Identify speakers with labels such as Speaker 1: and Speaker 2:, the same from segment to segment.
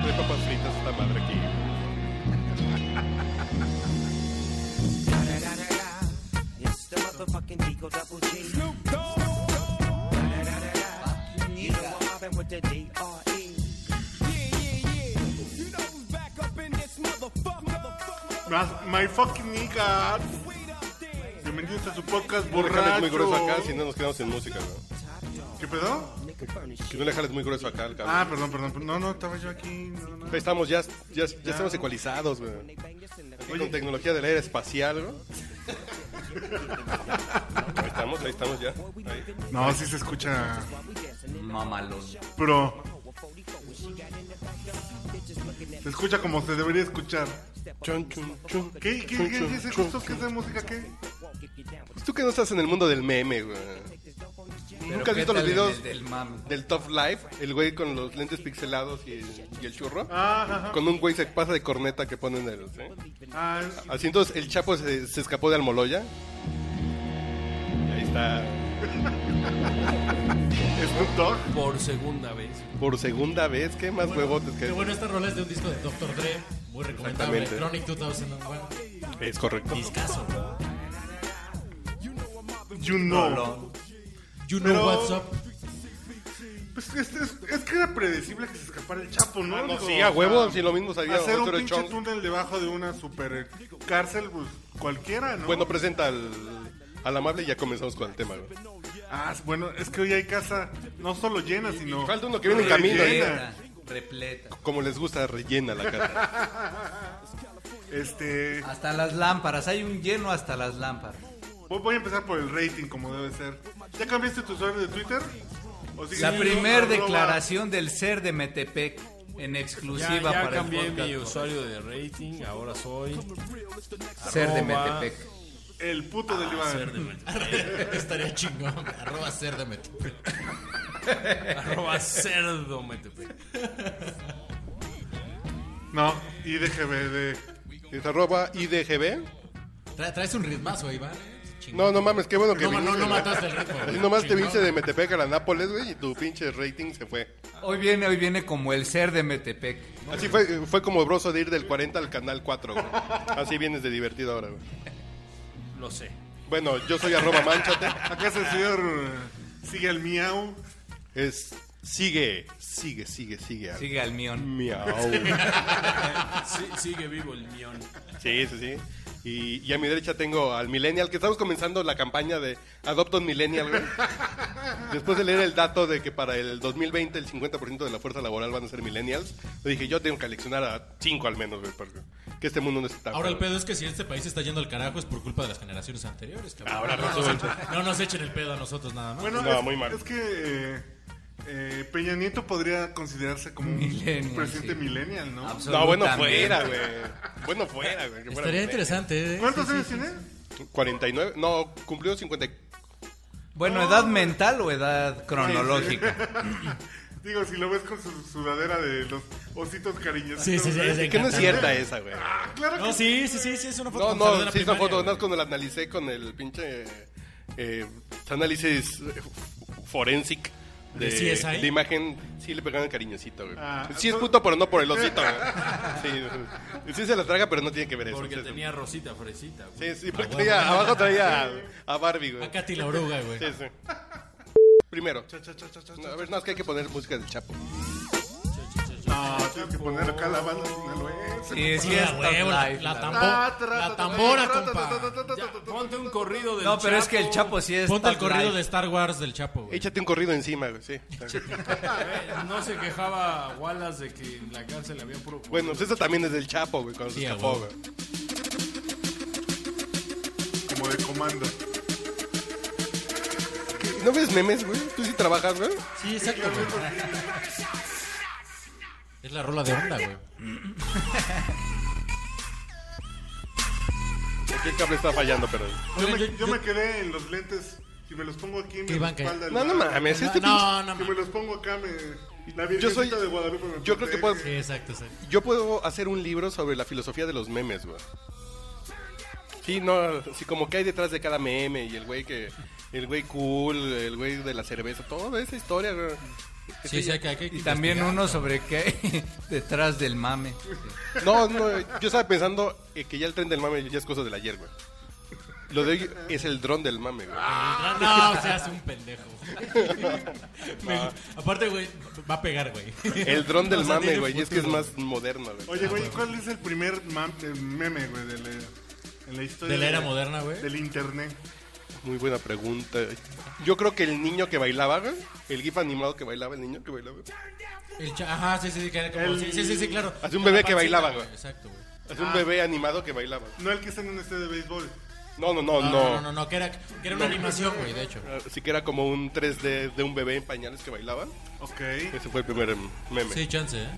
Speaker 1: Trae papas fritas esta madre aquí.
Speaker 2: It's the Este motherfucking Eagle Double G. Snoop Dogg. You know I'm mobbing with the E. D.R.E.
Speaker 3: Mas- My fucking nigga. Bienvenidos a su podcast
Speaker 1: No le jales
Speaker 3: borracho.
Speaker 1: muy grueso acá, si no nos quedamos sin música, güey.
Speaker 3: ¿Qué pedo?
Speaker 1: Si no le jales muy grueso acá, el cabrón.
Speaker 3: Ah, perdón, perdón. No, no, estaba yo aquí. No, no.
Speaker 1: Estamos ya, ya, ya estamos ecualizados, güey. Aquí con tecnología del aire espacial, güey. Ahí estamos, ahí estamos ya. Ahí.
Speaker 3: No, sí se escucha
Speaker 4: Mamalón.
Speaker 3: pro. Se escucha como se debería escuchar.
Speaker 1: Chun, chun, chun,
Speaker 3: ¿Qué, qué,
Speaker 1: chun,
Speaker 3: qué,
Speaker 1: chun,
Speaker 3: qué es
Speaker 1: chun,
Speaker 3: esto? ¿Qué es
Speaker 1: chun.
Speaker 3: de música? ¿Qué?
Speaker 1: Pues tú que no estás en el mundo del meme, güey. ¿Nunca has visto los videos
Speaker 4: Del mam.
Speaker 1: del Top Life? El güey con los lentes pixelados y el, y el churro.
Speaker 3: Ah, ajá, ajá.
Speaker 1: Con un güey se pasa de ¿eh? corneta que ponen el... ¿sí?
Speaker 3: Ah, es-
Speaker 1: Así entonces el Chapo se, se escapó de Almoloya. Y ahí está.
Speaker 3: Snoop Dogg.
Speaker 5: Por segunda vez.
Speaker 1: Por segunda vez, ¿qué más huevotes que
Speaker 5: Qué bueno, esta rola es de un disco de Dr. Dre. Muy recomendable.
Speaker 1: Exactamente.
Speaker 5: Chronic 2001.
Speaker 1: es correcto?
Speaker 5: Discaso.
Speaker 3: You know.
Speaker 5: You know
Speaker 3: Pero-
Speaker 5: what's up.
Speaker 3: Pues es, es- es que era predecible que se escapara el Chapo, ¿no?
Speaker 1: No,
Speaker 3: Digo,
Speaker 1: sí, a
Speaker 3: o
Speaker 1: huevo,
Speaker 3: sea,
Speaker 1: si lo mismo sabía
Speaker 3: Hacer un
Speaker 1: otro
Speaker 3: pinche
Speaker 1: chon.
Speaker 3: túnel debajo de una super cárcel, pues cualquiera, ¿no?
Speaker 1: Bueno, presenta al, al amable y ya comenzamos con el tema, güey.
Speaker 3: Ah, bueno, es que hoy hay casa no solo llena, sino.
Speaker 1: Falta uno que viene en camino, ¿eh?
Speaker 3: rellena.
Speaker 4: Repleta.
Speaker 1: Como les gusta, rellena la casa.
Speaker 3: Este.
Speaker 4: Hasta las lámparas. Hay un lleno hasta las lámparas.
Speaker 3: Voy voy a empezar por el rating, como debe ser. ¿Ya cambiaste tu usuario de Twitter? ¿O sigues
Speaker 4: La
Speaker 3: siendo
Speaker 4: primer
Speaker 3: arroba-
Speaker 4: declaración del ser de Metepec en
Speaker 1: pues
Speaker 5: Ya,
Speaker 4: exclusiva
Speaker 5: ya
Speaker 4: para
Speaker 5: cambié
Speaker 4: el podcast.
Speaker 5: mi usuario de rating. Ahora soy.
Speaker 4: Ser de
Speaker 5: arroba-
Speaker 4: Metepec.
Speaker 3: El puto
Speaker 6: Ah,
Speaker 3: del Iván.
Speaker 5: Ser de Metepec. Estaría chingón. Arroba ser de Metepec. Arroba cerdo Metepec.
Speaker 3: No, IDGBD.
Speaker 1: Es arroba IDGB.
Speaker 6: Tra- Traes un ritmazo, Iván. ¿eh?
Speaker 1: No, no mames, qué bueno que
Speaker 6: No, no,
Speaker 1: viniste,
Speaker 6: no
Speaker 1: güey.
Speaker 6: mataste el ritmo, güey.
Speaker 1: Así nomás te
Speaker 6: Chingón.
Speaker 1: viniste de Metepec a la Nápoles, güey, y tu pinche rating se fue.
Speaker 4: Hoy viene, hoy viene como el ser de Metepec.
Speaker 1: Así fue, fue como broso de ir del 40 al canal 4, güey. Así vienes de divertido ahora, güey.
Speaker 5: Lo sé.
Speaker 1: Bueno, yo soy arroba manchate.
Speaker 3: Acá es el señor. eh, Sigue el miau.
Speaker 1: Es sigue, sigue, sigue, sigue. al-
Speaker 4: Sigue al mión.
Speaker 1: Miau.
Speaker 5: Sí, sigue vivo el mión.
Speaker 1: Sí, sí, sí. Y, y a mi derecha tengo al Millennial, que estamos comenzando la campaña de Adopt un Millennial, güey. Después de leer el dato de que para el 2020 el 50% de la fuerza laboral van a ser Millennials, yo dije, yo tengo que eleccionar a 5 al menos, güey, porque que este mundo no está...
Speaker 6: Ahora el pedo es que si este país está yendo al carajo es por culpa de las generaciones anteriores, cabrón.
Speaker 1: Ahora
Speaker 6: no, nos
Speaker 1: resulta.
Speaker 6: echen- no nos echen el pedo a nosotros nada más.
Speaker 3: Bueno,
Speaker 1: No,
Speaker 3: es,
Speaker 1: muy mal.
Speaker 3: es que eh, eh, Peña Nieto podría considerarse como un
Speaker 4: Millennial,
Speaker 3: presidente
Speaker 4: sí.
Speaker 3: millennial, ¿no?
Speaker 1: No, bueno
Speaker 4: Absolutamente.
Speaker 1: fuera, güey. Bueno fuera, güey. que fuera
Speaker 6: Estaría
Speaker 1: millennial.
Speaker 6: interesante, ¿eh?
Speaker 3: ¿Cuántos
Speaker 6: Sí, sí,
Speaker 3: años
Speaker 6: sí.
Speaker 3: tiene?
Speaker 1: 49, no, cumplió 50...
Speaker 4: Bueno, ¿edad mental o edad cronológica?
Speaker 3: Digo, si lo ves con su sudadera de los ositos cariñosos.
Speaker 6: Sí, sí, sí. es
Speaker 1: Que no es
Speaker 6: encantador.
Speaker 1: cierta esa, güey.
Speaker 3: Claro que
Speaker 6: No, sí, sí, sí, sí, es una foto.
Speaker 1: No,
Speaker 6: con salió de
Speaker 1: no,
Speaker 6: la
Speaker 1: sí, esa
Speaker 6: primaria,
Speaker 1: foto, nada más
Speaker 6: güey.
Speaker 1: cuando la analicé con el pinche eh, análisis eh, f- forensic de,
Speaker 6: ¿De CSI?
Speaker 1: de imagen, sí le pegaron el cariñosito, güey.
Speaker 3: Ah,
Speaker 1: sí es
Speaker 3: tú-
Speaker 1: puto, pero no por el osito, güey. Sí, sí se la traga, pero no tiene que ver eso.
Speaker 5: Porque
Speaker 1: sí, sí.
Speaker 5: tenía rosita fresita. güey.
Speaker 1: Sí, sí, porque tenía- abajo traía a, a Barbie, güey.
Speaker 6: Ah, A Katy la oruga, güey.
Speaker 1: Sí, sí. Primero. No, a ver, no, es que hay que poner música del Chapo.
Speaker 3: No, tienes que poner acá la banda sinaloense.
Speaker 4: Sí, sí,
Speaker 6: Sí,
Speaker 4: es
Speaker 6: a Ah, huevo,
Speaker 4: top
Speaker 6: la,
Speaker 4: life,
Speaker 6: la
Speaker 4: la-
Speaker 6: tambo-
Speaker 3: Ah, tra,
Speaker 6: la
Speaker 3: tra,
Speaker 6: tambora,
Speaker 3: tra, tra, tra,
Speaker 6: compa.
Speaker 3: tra, tra, tra, tra, tra.
Speaker 5: Ponte un corrido del
Speaker 4: No, pero es que el
Speaker 5: Chapo.
Speaker 4: Chapo sí es
Speaker 6: Ponte el
Speaker 4: top
Speaker 6: corrido
Speaker 4: life.
Speaker 6: de Star Wars del Chapo, güey.
Speaker 1: Échate un corrido encima, güey, sí.
Speaker 5: Eh, No se quejaba Wallace de que en la cárcel había puro.
Speaker 1: Bueno, pues eso también es del Chapo, güey, cuando se
Speaker 6: Sí, a
Speaker 1: escapó,
Speaker 6: huevo.
Speaker 1: güey.
Speaker 3: Como de comando.
Speaker 1: ¿No ves memes, güey? ¿Tú sí trabajas, güey?
Speaker 6: Sí, exacto, güey. Es la rola de onda, güey.
Speaker 1: Aquí el cable está fallando, pero...
Speaker 3: Yo,
Speaker 6: Oigan,
Speaker 3: me,
Speaker 6: yo-
Speaker 3: yo
Speaker 6: yo-
Speaker 3: me quedé en los lentes. Si me los pongo aquí, me
Speaker 6: Qué banca.
Speaker 3: espalda.
Speaker 1: No, no mames, este pinche-
Speaker 6: No, no,
Speaker 3: Si
Speaker 6: no.
Speaker 3: me los pongo acá, me. La
Speaker 1: Yo soy-
Speaker 3: Virgencita de Guadalupe me
Speaker 1: yo creo que
Speaker 3: protege.
Speaker 1: puedo-
Speaker 6: Sí, exacto, exacto.
Speaker 1: Yo puedo hacer un libro sobre la filosofía de los memes, güey. Sí, no, sí, como que hay detrás de cada meme y el güey que. El güey cool, el güey de la cerveza, toda esa historia, güey.
Speaker 6: Sí, sí, hay que, hay que
Speaker 4: Y también
Speaker 6: investigar.
Speaker 4: uno sobre qué hay detrás del mame.
Speaker 1: No, no, yo estaba pensando eh, que ya el tren del mame ya es cosa del ayer, güey. Lo de hoy es el dron del mame, güey.
Speaker 6: Ah.
Speaker 5: No, no, se hace un pendejo. Me- aparte, güey, va a pegar, güey.
Speaker 1: El dron del
Speaker 5: O sea,
Speaker 1: mame,
Speaker 5: tiene
Speaker 1: güey. Y es que es
Speaker 5: futuro.
Speaker 1: más moderno, güey.
Speaker 3: Oye, güey, ¿cuál es el primer mam- eh, meme, güey, de la, en la historia?
Speaker 5: De la era moderna, güey.
Speaker 3: Del internet.
Speaker 1: Muy buena pregunta. Yo creo que el niño que bailaba, güey. El gif animado que bailaba, el niño que bailaba.
Speaker 5: El cha- Ajá, sí, sí, sí, que era como-
Speaker 3: El-
Speaker 5: sí, sí, sí, sí, claro.
Speaker 1: Hace un bebé
Speaker 5: La
Speaker 1: que
Speaker 5: pancita,
Speaker 1: bailaba, güey.
Speaker 5: Exacto, güey.
Speaker 1: Es un bebé animado que bailaba.
Speaker 3: No el que está en un estadio de béisbol.
Speaker 1: No, no, no,
Speaker 5: No,
Speaker 1: no.
Speaker 5: Ah, no, no, no, no, que era, que era una animación, güey, de hecho.
Speaker 1: Así que era como un 3D de un bebé en pañales que bailaba.
Speaker 3: Ok.
Speaker 1: Ese fue el primer em, meme.
Speaker 5: Sí, chance, ¿eh?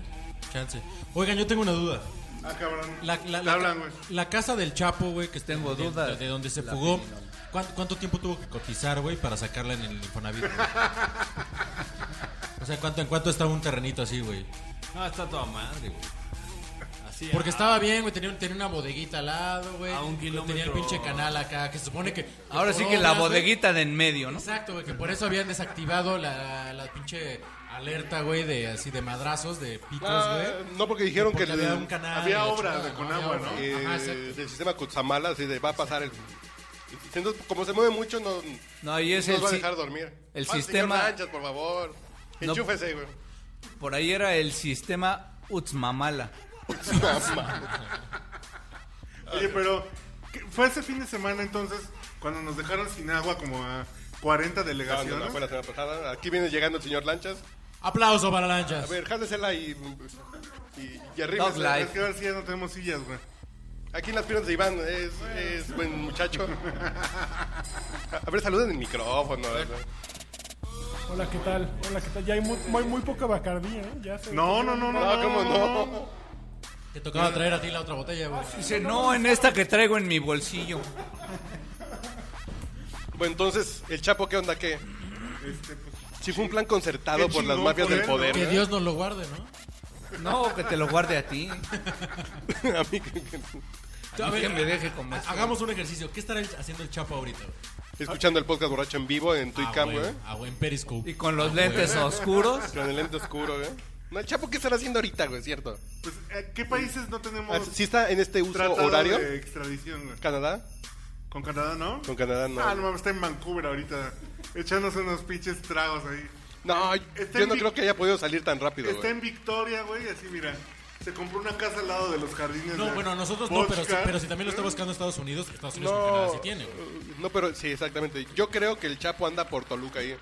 Speaker 5: Chance. Oigan, yo tengo una duda.
Speaker 3: Ah, cabrón.
Speaker 5: La, la,
Speaker 3: Te
Speaker 5: la-
Speaker 3: hablan, güey.
Speaker 5: la casa del Chapo, güey, que está
Speaker 4: Tengo
Speaker 5: de,
Speaker 4: dudas.
Speaker 5: de- de donde se
Speaker 4: La
Speaker 5: fugó.
Speaker 4: opinión.
Speaker 5: ¿Cuánto, cuánto tiempo tuvo que cotizar, güey, para sacarla en el Infonavit? güey? o sea, ¿cuánto, ¿en cuánto estaba un terrenito así, güey?
Speaker 7: No, está toda madre, güey. Así
Speaker 5: Porque
Speaker 7: ah,
Speaker 5: estaba bien, güey, tenía, un- tenía una bodeguita al lado, güey.
Speaker 7: A un kilómetro.
Speaker 5: Tenía el pinche canal acá, que se supone que... que
Speaker 4: Ahora
Speaker 5: por
Speaker 4: sí que la
Speaker 5: obras, güey,
Speaker 4: bodeguita de en medio, ¿no?
Speaker 5: Exacto, güey, que por eso habían desactivado la, la pinche alerta, güey, de así de madrazos, de picos, güey.
Speaker 1: Ah, no, porque dijeron
Speaker 5: Porque
Speaker 1: que
Speaker 5: había
Speaker 1: el-
Speaker 5: un canal.
Speaker 3: había
Speaker 5: y la
Speaker 3: obras
Speaker 5: chingada,
Speaker 3: de
Speaker 5: Había
Speaker 3: Conagua,
Speaker 5: obras.
Speaker 1: eh,
Speaker 5: Ajá, exacto.
Speaker 1: del sistema Kutsamala, así de va a pasar el... Entonces, como se mueve mucho, no,
Speaker 4: No, y es
Speaker 1: no
Speaker 4: el
Speaker 1: nos va a
Speaker 4: si-
Speaker 1: dejar dormir.
Speaker 4: el
Speaker 1: Ah, señor
Speaker 4: sistema-
Speaker 1: Lanchas, por favor.
Speaker 4: No.
Speaker 1: Enchúfese, güey.
Speaker 4: Por ahí era el sistema Utsmamala.
Speaker 3: Oye, pero ¿qué- fue ese fin de semana entonces cuando nos dejaron sin agua como a 40
Speaker 1: No,
Speaker 3: delegaciones.
Speaker 1: no, no, fue la semana pasada. Aquí viene llegando el señor Lanchas.
Speaker 5: Aplauso para
Speaker 1: A
Speaker 5: Lanchas.
Speaker 1: ver, jálesela y, y, y arriba.
Speaker 4: Dog life.
Speaker 3: Es que ahora sí ya no tenemos sillas, güey.
Speaker 1: Aquí en las piernas de Iván es, es buen muchacho. A ver, saluden el micrófono.
Speaker 8: Hola, ¿qué tal? Hola, ¿qué tal? Ya hay muy, muy, muy poca bacardía, ¿eh? Ya se-
Speaker 3: No, no, no, no.
Speaker 1: No, Ah, cómo no.
Speaker 5: Te tocaba traer a ti la otra botella,
Speaker 1: Ah,
Speaker 5: güey.
Speaker 4: Dice, no, en esta que traigo en mi bolsillo.
Speaker 1: Bueno, entonces, ¿el Chapo qué onda? ¿Qué?
Speaker 3: Este, pues,
Speaker 1: Si fue un plan concertado
Speaker 3: Qué
Speaker 1: por las
Speaker 3: chingón ¿eh?
Speaker 1: mafias
Speaker 3: por
Speaker 1: del
Speaker 3: él,
Speaker 1: poder.
Speaker 5: Que Dios nos lo guarde, ¿no?
Speaker 4: No, que te lo guarde a ti.
Speaker 1: ¿eh? A mí que- que-
Speaker 5: A ver,
Speaker 4: que me deje como
Speaker 5: ha-
Speaker 4: estoy.
Speaker 5: Hagamos un ejercicio. ¿Qué estará el- haciendo el Chapo ahorita? güey?
Speaker 1: Escuchando el podcast borracho en vivo en
Speaker 5: Ah,
Speaker 1: Twicam,
Speaker 5: güey,
Speaker 1: güey.
Speaker 5: ah, güey, en Periscope.
Speaker 4: Y con los lentes oscuros.
Speaker 1: Con el lente oscuro, güey. No, el Chapo, ¿qué estará haciendo ahorita, güey? ¿Cierto?
Speaker 3: pues, ¿eh, ¿qué países no tenemos
Speaker 1: Ah, ¿Sí está en este uso
Speaker 3: tratado
Speaker 1: horario?
Speaker 3: de extradición, güey?
Speaker 1: ¿Canadá?
Speaker 3: ¿Con Canadá no?
Speaker 1: Con Canadá no.
Speaker 3: Ah, no mames, está en Vancouver ahorita echándose unos pinches tragos ahí.
Speaker 1: No,
Speaker 3: Está
Speaker 1: yo
Speaker 3: en
Speaker 1: no
Speaker 3: Vic-
Speaker 1: creo que haya podido salir tan rápido,
Speaker 3: Está
Speaker 1: güey.
Speaker 3: en Victoria, güey, así mira. Se compró una casa al lado de los jardines.
Speaker 5: No,
Speaker 3: de
Speaker 5: bueno, nosotros no,
Speaker 3: Vodka.
Speaker 5: pero, si- pero si también lo está buscando Estados Unidos, Estados Unidos con Canadá
Speaker 1: No,
Speaker 5: sí tiene, güey.
Speaker 1: no, pero sí, exactamente. Yo creo que el Chapo anda por Toluca ahí.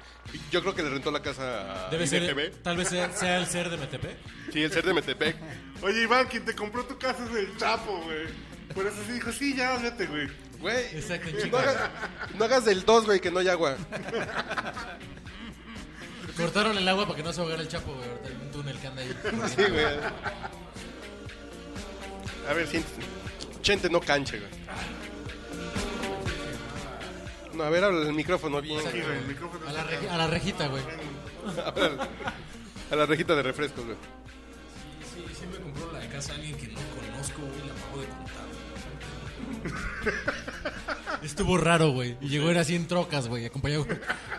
Speaker 1: Yo creo que le rentó la casa a
Speaker 5: Debe ser,
Speaker 1: IDGB.
Speaker 5: tal vez sea, sea el ser de MTP.
Speaker 1: Sí, el ser de Metepec.
Speaker 3: Oye, Iván, quien te compró tu casa es el Chapo, güey. Por eso sí dijo, sí, ya, vete, güey.
Speaker 1: Güey,
Speaker 5: Exacto, en
Speaker 1: no
Speaker 5: chinga.
Speaker 1: hagas, no hagas del 2, güey, que no hay agua.
Speaker 5: Cortaron el agua para que no se ahogara el Chapo, güey. Ahorita en un túnel que anda ahí.
Speaker 1: Sí, güey. A ver, siéntese. Chente no canche, güey. No, a ver, habla el micrófono bien.
Speaker 3: Sí, güey, el micrófono
Speaker 5: A la,
Speaker 3: está
Speaker 5: reji-
Speaker 3: acá.
Speaker 5: a la rejita, güey.
Speaker 1: Habla A la rejita de refrescos, güey.
Speaker 7: Sí, sí me compró la casa alguien que no conozco, güey, la acabo de contar.
Speaker 5: Estuvo raro, güey. Y llegó, era así en trocas, güey. Acompañado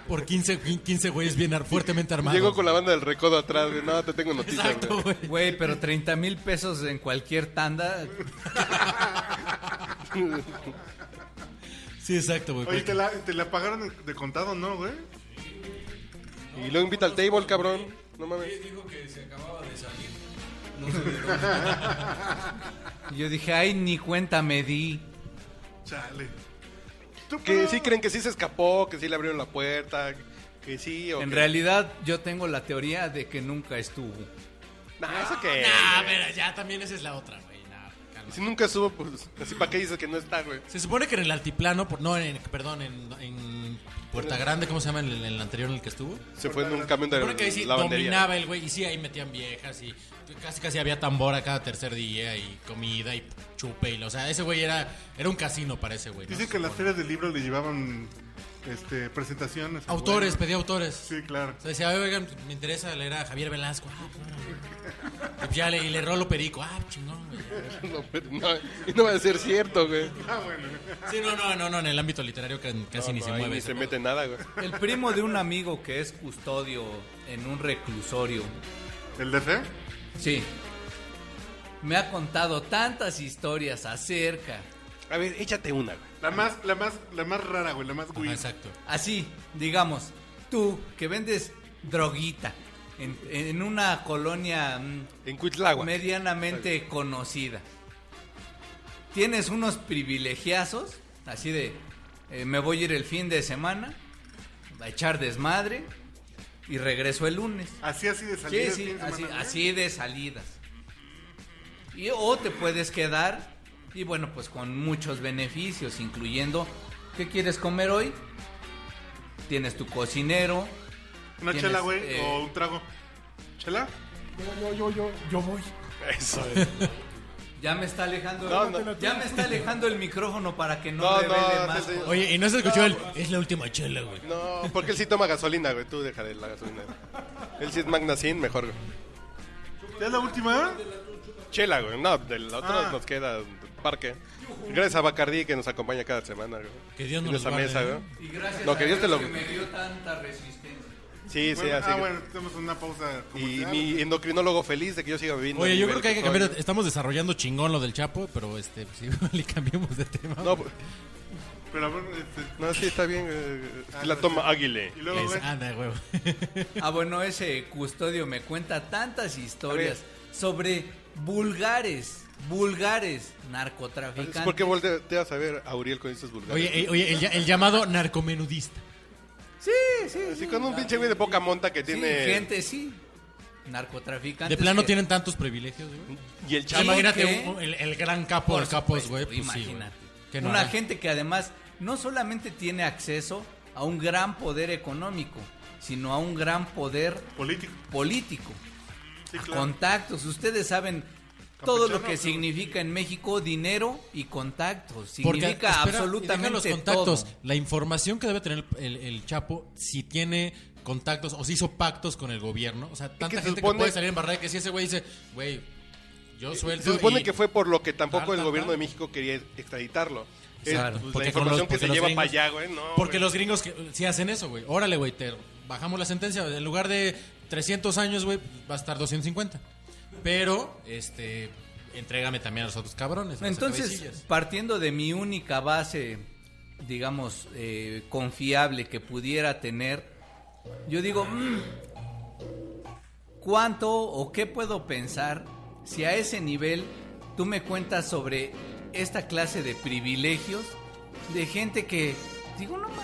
Speaker 5: por 15, 15 güeyes bien ar- fuertemente armados.
Speaker 1: Llegó con la banda del recodo atrás, güey. No, te tengo noticias,
Speaker 5: Exacto,
Speaker 1: güey.
Speaker 5: güey.
Speaker 4: Güey, pero 30 mil pesos en cualquier tanda.
Speaker 5: Sí, exacto, güey.
Speaker 3: Oye, ¿te la, ¿te la pagaron de- de contado, no, güey?
Speaker 1: Y luego invita al table, cabrón. No mames.
Speaker 7: Dijo que se acababa de salir.
Speaker 4: Y yo dije, ay, ni cuenta me di.
Speaker 3: Chale. ¿Tú
Speaker 1: Que
Speaker 3: pero-
Speaker 1: sí creen que sí se escapó, que sí le abrieron la puerta, que sí o
Speaker 4: En
Speaker 1: que-
Speaker 4: realidad, yo tengo la teoría de que nunca estuvo.
Speaker 1: Nah, eso que.
Speaker 5: Ah, pero ya también esa es la otra, güey. Nah, calma.
Speaker 1: Si nunca subo, pues así para qué dices que no está, güey.
Speaker 5: Se supone que en el altiplano, por- no, en, perdón, en, en Puerta Grande, ¿cómo se llama? En el, en el anterior en el que estuvo. Se
Speaker 1: Se fue en un camión
Speaker 5: supone que ahí sí
Speaker 1: de lavandería.
Speaker 5: dominaba el güey y sí, ahí metían viejas y casi casi había tambora cada tercer día y comida y chupe y lo- o sea, ese güey era, era un casino para ese güey. ¿no?
Speaker 3: Dicen que en las ferias del libro le llevaban este, presentaciones.
Speaker 5: Autores, pedí autores.
Speaker 3: Sí, claro.
Speaker 5: O sea, decía, oigan, me interesa leer a Javier Velasco. Ah, claro. Y pues ya le, y le rolo perico. Ah, chingón, güey.
Speaker 1: No, pero no, y no va a ser cierto, güey.
Speaker 3: Ah, bueno.
Speaker 5: Sí, no, no, no, no, en el ámbito literario ca- casi ni se
Speaker 1: Ahí
Speaker 5: mueve.
Speaker 1: ni
Speaker 5: ese
Speaker 1: se
Speaker 5: pedo.
Speaker 1: mete nada, güey.
Speaker 4: El primo de un amigo que es custodio en un reclusorio.
Speaker 3: ¿El DC?
Speaker 4: Sí. Me ha contado tantas historias acerca.
Speaker 1: A ver, échate una, güey.
Speaker 3: La más, la más, la más rara, güey, la más
Speaker 5: Ajá,
Speaker 3: güey.
Speaker 5: exacto.
Speaker 4: Así, digamos, tú que vendes droguita en, en una colonia mm,
Speaker 1: En Cuitlagua.
Speaker 4: medianamente conocida. Tienes unos privilegiazos, así de, eh, me voy a ir el fin de semana, a echar desmadre y regreso el lunes.
Speaker 3: Así, así de
Speaker 4: Sí,
Speaker 3: salida. el
Speaker 4: sí,
Speaker 3: fin de
Speaker 4: así,
Speaker 3: semana,
Speaker 4: así de salidas. Y, o te puedes quedar, y bueno, pues con muchos beneficios, incluyendo, ¿qué quieres comer hoy? Tienes tu cocinero.
Speaker 3: güey. Una
Speaker 4: tienes,
Speaker 3: chela, güey,
Speaker 4: eh,
Speaker 3: o un trago. ¿Chela?
Speaker 8: Yo, yo, yo, yo, yo voy.
Speaker 4: Ya me está alejando,
Speaker 1: No, no.
Speaker 4: ya me está alejando el micrófono para que no,
Speaker 1: No,
Speaker 4: revele
Speaker 1: no,
Speaker 4: más.
Speaker 1: sí, sí.
Speaker 5: Oye, y no se escuchó el. Es la última chela, güey.
Speaker 1: No, porque él sí toma gasolina, güey. Tú deja de la gasolina. Él sí es Magna 100, mejor, güey.
Speaker 3: ¿Ya es la última?
Speaker 1: Chela, güey. No, del otro
Speaker 3: Ah.
Speaker 1: nos queda parque. Gracias a Bacardí que nos acompaña cada semana, güey.
Speaker 5: Que Dios
Speaker 1: En
Speaker 5: nos
Speaker 1: esa
Speaker 5: guarde,
Speaker 1: mesa,
Speaker 5: ¿eh?
Speaker 1: güey.
Speaker 4: Y gracias
Speaker 1: No,
Speaker 4: a
Speaker 1: que Dios te
Speaker 4: Dios
Speaker 1: lo-
Speaker 4: que me dio tanta resistencia.
Speaker 1: Sí, sí,
Speaker 3: Bueno,
Speaker 1: así.
Speaker 3: ah,
Speaker 1: que-
Speaker 3: bueno, tenemos una pausa.
Speaker 1: Y
Speaker 3: comercial.
Speaker 1: mi endocrinólogo feliz de que yo siga viviendo.
Speaker 5: Oye,
Speaker 1: el
Speaker 5: yo
Speaker 1: nivel
Speaker 5: creo que hay que
Speaker 1: soy,
Speaker 5: cambiar.
Speaker 1: güey.
Speaker 5: Estamos desarrollando chingón lo del Chapo, pero este, si le cambiamos de tema.
Speaker 1: No, pues,
Speaker 3: Pero, bueno, este,
Speaker 1: no, sí, está bien. eh, la toma Águile.
Speaker 3: y luego,
Speaker 5: Es-
Speaker 3: güey.
Speaker 5: anda, güey.
Speaker 4: Ah, bueno, ese custodio me cuenta tantas historias sobre vulgares, vulgares
Speaker 1: Es
Speaker 4: narcotraficantes.
Speaker 1: porque volteas a ver a Uriel con estos vulgares.
Speaker 5: Oye, eh, oye el, ya- el llamado narcomenudista.
Speaker 4: Sí, sí,
Speaker 1: Así con un pinche güey de poca monta que
Speaker 4: sí,
Speaker 1: tiene.
Speaker 4: gente, sí. Narcotraficantes.
Speaker 5: De plano
Speaker 4: que-
Speaker 5: tienen tantos privilegios, güey.
Speaker 1: Y el
Speaker 5: Ya
Speaker 1: chavo.
Speaker 4: Sí,
Speaker 5: imagínate
Speaker 4: ¿qué?
Speaker 5: un- un- el, el gran capo de
Speaker 4: Por
Speaker 5: capos,
Speaker 4: supuesto,
Speaker 5: güey. Pues sí, güey.
Speaker 4: imagínate.
Speaker 5: ¿Qué no
Speaker 4: Una
Speaker 5: hará?
Speaker 4: gente que además no solamente tiene acceso a un gran poder económico, sino a un gran poder
Speaker 3: Político.
Speaker 4: político.
Speaker 3: Sí,
Speaker 4: a
Speaker 3: claro.
Speaker 4: contactos. Ustedes saben todo lo que
Speaker 3: Campechano, sí.
Speaker 4: significa en México dinero y contactos.
Speaker 5: Porque,
Speaker 4: Significa
Speaker 5: espera,
Speaker 4: absolutamente
Speaker 5: y deja los contactos.
Speaker 4: todo.
Speaker 5: La información que debe tener el, el- el Chapo si tiene contactos o si hizo pactos con el gobierno. O sea, tanta
Speaker 1: que se
Speaker 5: gente
Speaker 1: supone- Eh,
Speaker 5: que puede salir en barrera que si ese güey dice, güey, yo suelto.
Speaker 1: Se supone
Speaker 5: y-
Speaker 1: que fue por lo que tampoco
Speaker 5: Tal,
Speaker 1: el
Speaker 5: tal,
Speaker 1: gobierno
Speaker 5: tal.
Speaker 1: de México quería extraditarlo. Es,
Speaker 4: Claro,
Speaker 1: pues, la
Speaker 5: porque con
Speaker 1: información
Speaker 5: los-
Speaker 1: que
Speaker 5: porque
Speaker 1: se
Speaker 5: los
Speaker 1: lleva para
Speaker 5: gringos-
Speaker 1: allá, güey. No,
Speaker 5: Porque
Speaker 1: güey.
Speaker 5: los gringos que, si hacen eso, güey. Órale, güey, te bajamos la sentencia. En lugar de 300 años, güey, va a estar 250. Pero, este, entrégame también a los otros cabrones. a los cabecillas.
Speaker 4: Entonces, partiendo de mi única base, digamos, eh, confiable que pudiera tener, yo digo, "Mm, ¿cuánto o qué puedo pensar si a ese nivel tú me cuentas sobre esta clase de privilegios de gente que, digo, no, ma,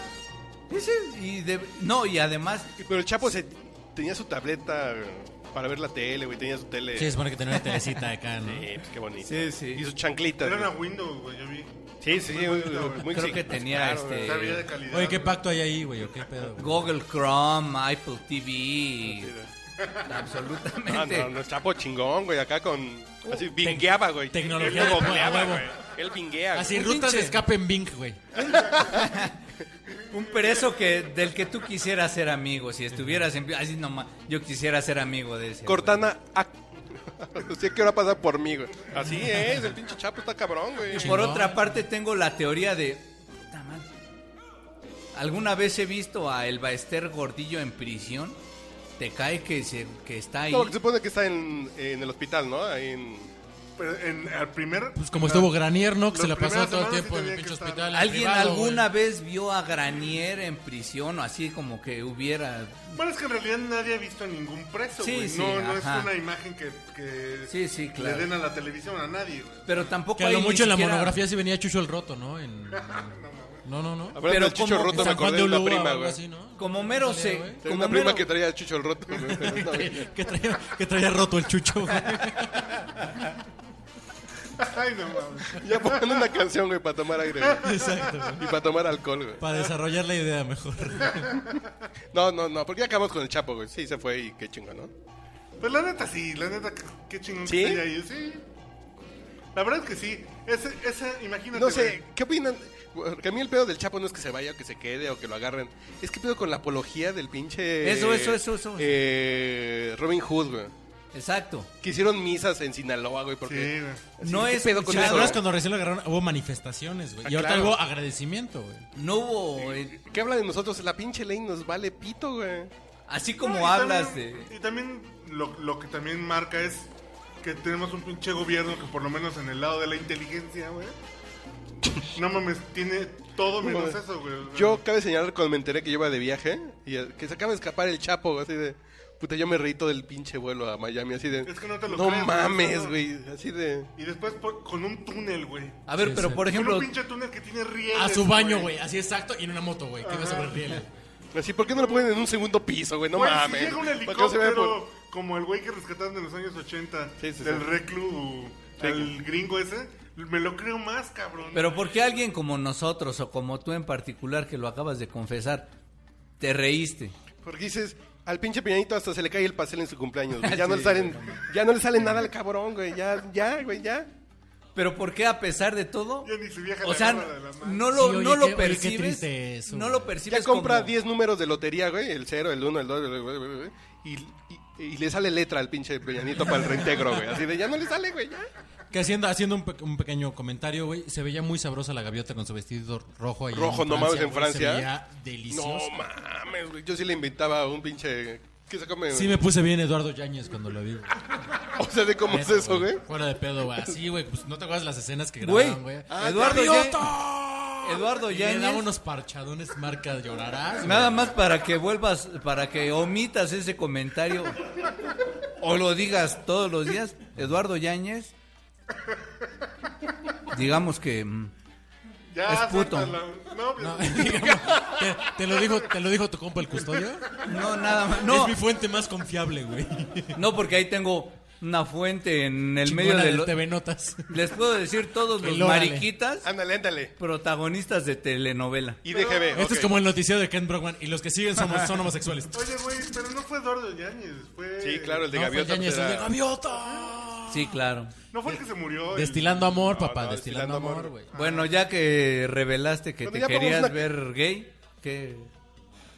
Speaker 4: ese, y de- no, y además
Speaker 1: Pero el Chapo se, tenía su tableta eh, para ver la tele, güey. Tenía su tele.
Speaker 5: Sí, es bueno que tener una telecita acá, ¿no?
Speaker 1: Sí, pues, qué bonito.
Speaker 4: Sí, sí.
Speaker 1: Y sus chanclitas.
Speaker 3: Era
Speaker 1: güey.
Speaker 3: una Windows, güey, yo vi.
Speaker 1: Sí, sí,
Speaker 3: Muy
Speaker 1: güey,
Speaker 3: bonita, güey.
Speaker 1: muy
Speaker 4: creo
Speaker 1: exigente.
Speaker 4: que tenía
Speaker 1: Claro,
Speaker 4: este...
Speaker 3: Sabía de calidad.
Speaker 5: Oye, ¿qué
Speaker 3: güey.
Speaker 5: pacto hay ahí, güey? ¿O qué pedo? güey?
Speaker 4: Google Chrome, Apple TV, absolutamente.
Speaker 1: Ah, No, no, no, Chapo chingón, güey, acá con... Así, vingueaba, güey.
Speaker 5: Uh, tecnología
Speaker 1: Él no
Speaker 5: de
Speaker 1: googleaba,
Speaker 5: huevo.
Speaker 1: güey. Él vinguea, güey.
Speaker 5: Así,
Speaker 4: Un
Speaker 5: rutas de
Speaker 4: pinche-
Speaker 5: escape en Bing, güey.
Speaker 4: Un preso que del que tú quisieras ser amigo, si estuvieras en así nomás, yo quisiera ser amigo de ese.
Speaker 1: Cortana... ah, Usted que ahora pasa por mí, güey. Así es, el pinche Chapo está cabrón, güey.
Speaker 4: güey. Por otra parte tengo la teoría de puta madre. ¿Alguna vez he visto a El Baester Gordillo en prisión? Te cae que se, que está ahí.
Speaker 1: No, porque se supone que está en, en el hospital, ¿no? Ahí en...
Speaker 3: Pero en el primer.
Speaker 5: Pues como estuvo Granier, ¿no? Que
Speaker 3: Los
Speaker 5: se la pasó
Speaker 3: primeras
Speaker 5: todo el
Speaker 3: semanas
Speaker 5: tiempo
Speaker 3: sí
Speaker 5: en el
Speaker 3: tenía
Speaker 5: pinche
Speaker 3: que estar.
Speaker 5: hospital. en
Speaker 4: ¿Alguien
Speaker 5: privado, güey.
Speaker 4: alguna vez vio a Granier en prisión o así como que hubiera
Speaker 3: Bueno, es que en realidad nadie ha visto a ningún preso,
Speaker 4: Sí,
Speaker 3: güey.
Speaker 4: sí,
Speaker 3: no, no
Speaker 4: ajá.
Speaker 3: es una imagen que, que
Speaker 4: Sí, sí, claro.
Speaker 3: le den a la televisión a nadie, güey.
Speaker 4: pero tampoco
Speaker 5: Que a
Speaker 4: hay
Speaker 5: lo
Speaker 4: ni
Speaker 5: mucho en la
Speaker 4: siquiera-
Speaker 5: monografía sí venía Chucho el Roto, ¿no? En- No, no, no.
Speaker 1: Hablando
Speaker 4: Pero
Speaker 1: del Chicho
Speaker 4: como-
Speaker 1: Roto,
Speaker 5: En
Speaker 1: me
Speaker 5: San Juan
Speaker 1: acordé
Speaker 5: de
Speaker 1: de una
Speaker 5: Ulúa o
Speaker 1: prima,
Speaker 5: algo
Speaker 1: güey.
Speaker 5: así, ¿no?
Speaker 4: Como mero
Speaker 5: Salía,
Speaker 4: se
Speaker 5: güey.
Speaker 1: Tenía
Speaker 4: como
Speaker 1: una prima
Speaker 4: mero-
Speaker 1: que traía el Chicho el Roto, güey.
Speaker 5: Que traía, que traía roto el chucho, güey.
Speaker 3: Ay, no mames.
Speaker 1: Ya pongan una canción, güey, para tomar aire. güey.
Speaker 5: Exacto, güey.
Speaker 1: Y para tomar alcohol, güey.
Speaker 5: Para desarrollar la idea mejor.
Speaker 1: No, no, no, porque ya acabamos con el Chapo, güey. Sí, se fue y qué chingo, ¿no?
Speaker 3: Pues la neta sí, la neta, qué- qué chingón
Speaker 1: ¿Sí?
Speaker 3: que esté ahí. Sí. La verdad es que sí. Ese, ese, imagínate.
Speaker 1: No sé,
Speaker 3: güey.
Speaker 1: ¿qué opinan? Que a mí el pedo del Chapo no es que se vaya o que se quede o que lo agarren. Es que pedo con la apología del pinche.
Speaker 4: Eso, eso, eso, eso.
Speaker 1: eh, Robin Hood, güey.
Speaker 4: Exacto.
Speaker 1: Que hicieron misas en Sinaloa, güey,
Speaker 3: Sí,
Speaker 1: porque.
Speaker 3: güey.
Speaker 1: Así,
Speaker 4: No
Speaker 1: ¿qué
Speaker 4: es-
Speaker 1: pedo con
Speaker 4: ¿te
Speaker 1: eso,
Speaker 4: acuerdas
Speaker 1: güey?
Speaker 5: Cuando recién lo agarraron hubo manifestaciones, güey.
Speaker 1: Ah,
Speaker 5: y ahorita
Speaker 1: claro.
Speaker 5: hubo agradecimiento, güey.
Speaker 4: No hubo. eh,
Speaker 1: ¿Qué habla de nosotros? La pinche ley nos vale pito, güey.
Speaker 4: así como
Speaker 3: No, y
Speaker 4: hablas
Speaker 3: también-
Speaker 4: de.
Speaker 3: Y también lo, lo que también marca es que tenemos un pinche gobierno que por lo menos en el lado de la inteligencia, güey. No mames, tiene todo menos
Speaker 1: mames.
Speaker 3: eso, güey.
Speaker 1: Yo cabe señalar cuando me enteré que yo iba de viaje y eh, que se acaba de escapar el Chapo, güey, así de. Puta, yo me reí todo el pinche vuelo a Miami, así de.
Speaker 3: Es que no te lo
Speaker 1: No
Speaker 3: crees, güey,
Speaker 1: mames,
Speaker 3: no.
Speaker 1: güey. Así de.
Speaker 3: Y después por- con un túnel, güey.
Speaker 4: A ver,
Speaker 5: Sí,
Speaker 4: pero
Speaker 5: sí.
Speaker 4: por
Speaker 3: Con
Speaker 4: ejemplo.
Speaker 3: un pinche túnel que tiene rieles.
Speaker 5: A su baño, güey. Así exacto. Y en una moto, güey. Que iba sobre rieles.
Speaker 1: Así, ¿por qué no lo ponen en un segundo piso, güey? No
Speaker 3: Güey,
Speaker 1: mames.
Speaker 3: Si llega un
Speaker 1: Para que no se vea
Speaker 3: helicóptero
Speaker 1: por-
Speaker 3: como el güey que rescataron de los años 80
Speaker 1: Sí, sí,
Speaker 3: del
Speaker 1: sí.
Speaker 3: reclu, el gringo ese, me lo creo más, cabrón.
Speaker 4: Pero ¿por qué alguien como nosotros o como tú en particular que lo acabas de confesar, te reíste?
Speaker 1: Porque dices, al pinche piñanito hasta se le cae el pastel en su cumpleaños. güey. Ya no
Speaker 4: Sí,
Speaker 1: le salen, ya no le sale nada al cabrón, güey. Ya, ya, güey, ya.
Speaker 4: Pero ¿por qué a pesar de todo?
Speaker 3: Ya ni se viaja
Speaker 4: O
Speaker 3: la
Speaker 4: sea,
Speaker 3: cámara de la mano.
Speaker 4: no lo,
Speaker 5: Sí, oye,
Speaker 4: no
Speaker 5: qué-
Speaker 4: lo
Speaker 5: oye, qué
Speaker 4: percibes.
Speaker 5: triste eso,
Speaker 4: No
Speaker 5: güey.
Speaker 4: lo percibes.
Speaker 1: Ya compra
Speaker 4: como-
Speaker 1: 10 números de lotería, güey. El 0, el 1, el 2, y, y, y le sale letra al pinche piñanito para el reintegro, güey. Así de, ya no le sale, güey, ya.
Speaker 5: Que haciendo, haciendo un, pe- un pequeño comentario, güey. Se veía muy sabrosa la gaviota con su vestido rojo ahí.
Speaker 1: Rojo, no mames, en
Speaker 5: güey,
Speaker 1: Francia.
Speaker 5: Se veía
Speaker 1: No
Speaker 5: delicioso.
Speaker 1: mames, güey. Yo sí le inventaba un pinche... ¿Qué se come?
Speaker 5: Sí me puse bien Eduardo Yáñez cuando lo vi. güey.
Speaker 1: O sea, ¿de cómo es
Speaker 5: Neta,
Speaker 1: eso, güey?
Speaker 5: Fuera de pedo, güey. Así, güey. Pues no te acuerdas las escenas que
Speaker 4: Güey,
Speaker 5: grababan, güey.
Speaker 1: Ah,
Speaker 4: Eduardo
Speaker 5: ¡Gaviota!
Speaker 4: Yáñez- Eduardo
Speaker 5: Y Le daba
Speaker 4: Yáñez.
Speaker 5: unos parchadones marca llorarás. güey.
Speaker 4: Nada más para que vuelvas, para que omitas ese comentario o lo digas todos los días, Eduardo Yáñez, digamos que mm,
Speaker 3: ya,
Speaker 4: es puto.
Speaker 3: suéltala. No,
Speaker 5: No,
Speaker 3: pues,
Speaker 5: digamos, te, te lo dijo, te lo dijo tu compa el custodio.
Speaker 4: no nada más, no,
Speaker 5: Es mi fuente más confiable, güey.
Speaker 4: no porque ahí tengo una fuente en el
Speaker 5: Chingona
Speaker 4: medio de
Speaker 5: del
Speaker 4: lo-
Speaker 5: TV Notas.
Speaker 4: les puedo decir todos los
Speaker 5: El órale.
Speaker 4: mariquitas
Speaker 1: Ándale, ándale.
Speaker 4: protagonistas de telenovela.
Speaker 1: Y DGB,
Speaker 5: Esto
Speaker 1: ok.
Speaker 5: Este es como el noticiero de Ken Brockman y los que siguen somos, son homosexuales.
Speaker 3: Oye, güey, pero no fue Eduardo Yáñez, fue...
Speaker 1: Sí, claro, el de
Speaker 5: No, fue
Speaker 1: Gaviota.
Speaker 5: Yáñez,
Speaker 1: pues,
Speaker 5: el de
Speaker 1: era-
Speaker 5: Gaviota.
Speaker 4: Sí, claro.
Speaker 3: No fue el que se murió. el-
Speaker 5: Destilando amor, papá,
Speaker 1: no, destilando
Speaker 5: destilando, amor,
Speaker 1: amor.
Speaker 5: güey.
Speaker 4: Bueno, ya que revelaste que
Speaker 1: Bueno,
Speaker 4: te
Speaker 1: ya pongamos
Speaker 4: querías
Speaker 1: una-
Speaker 4: ver gay, que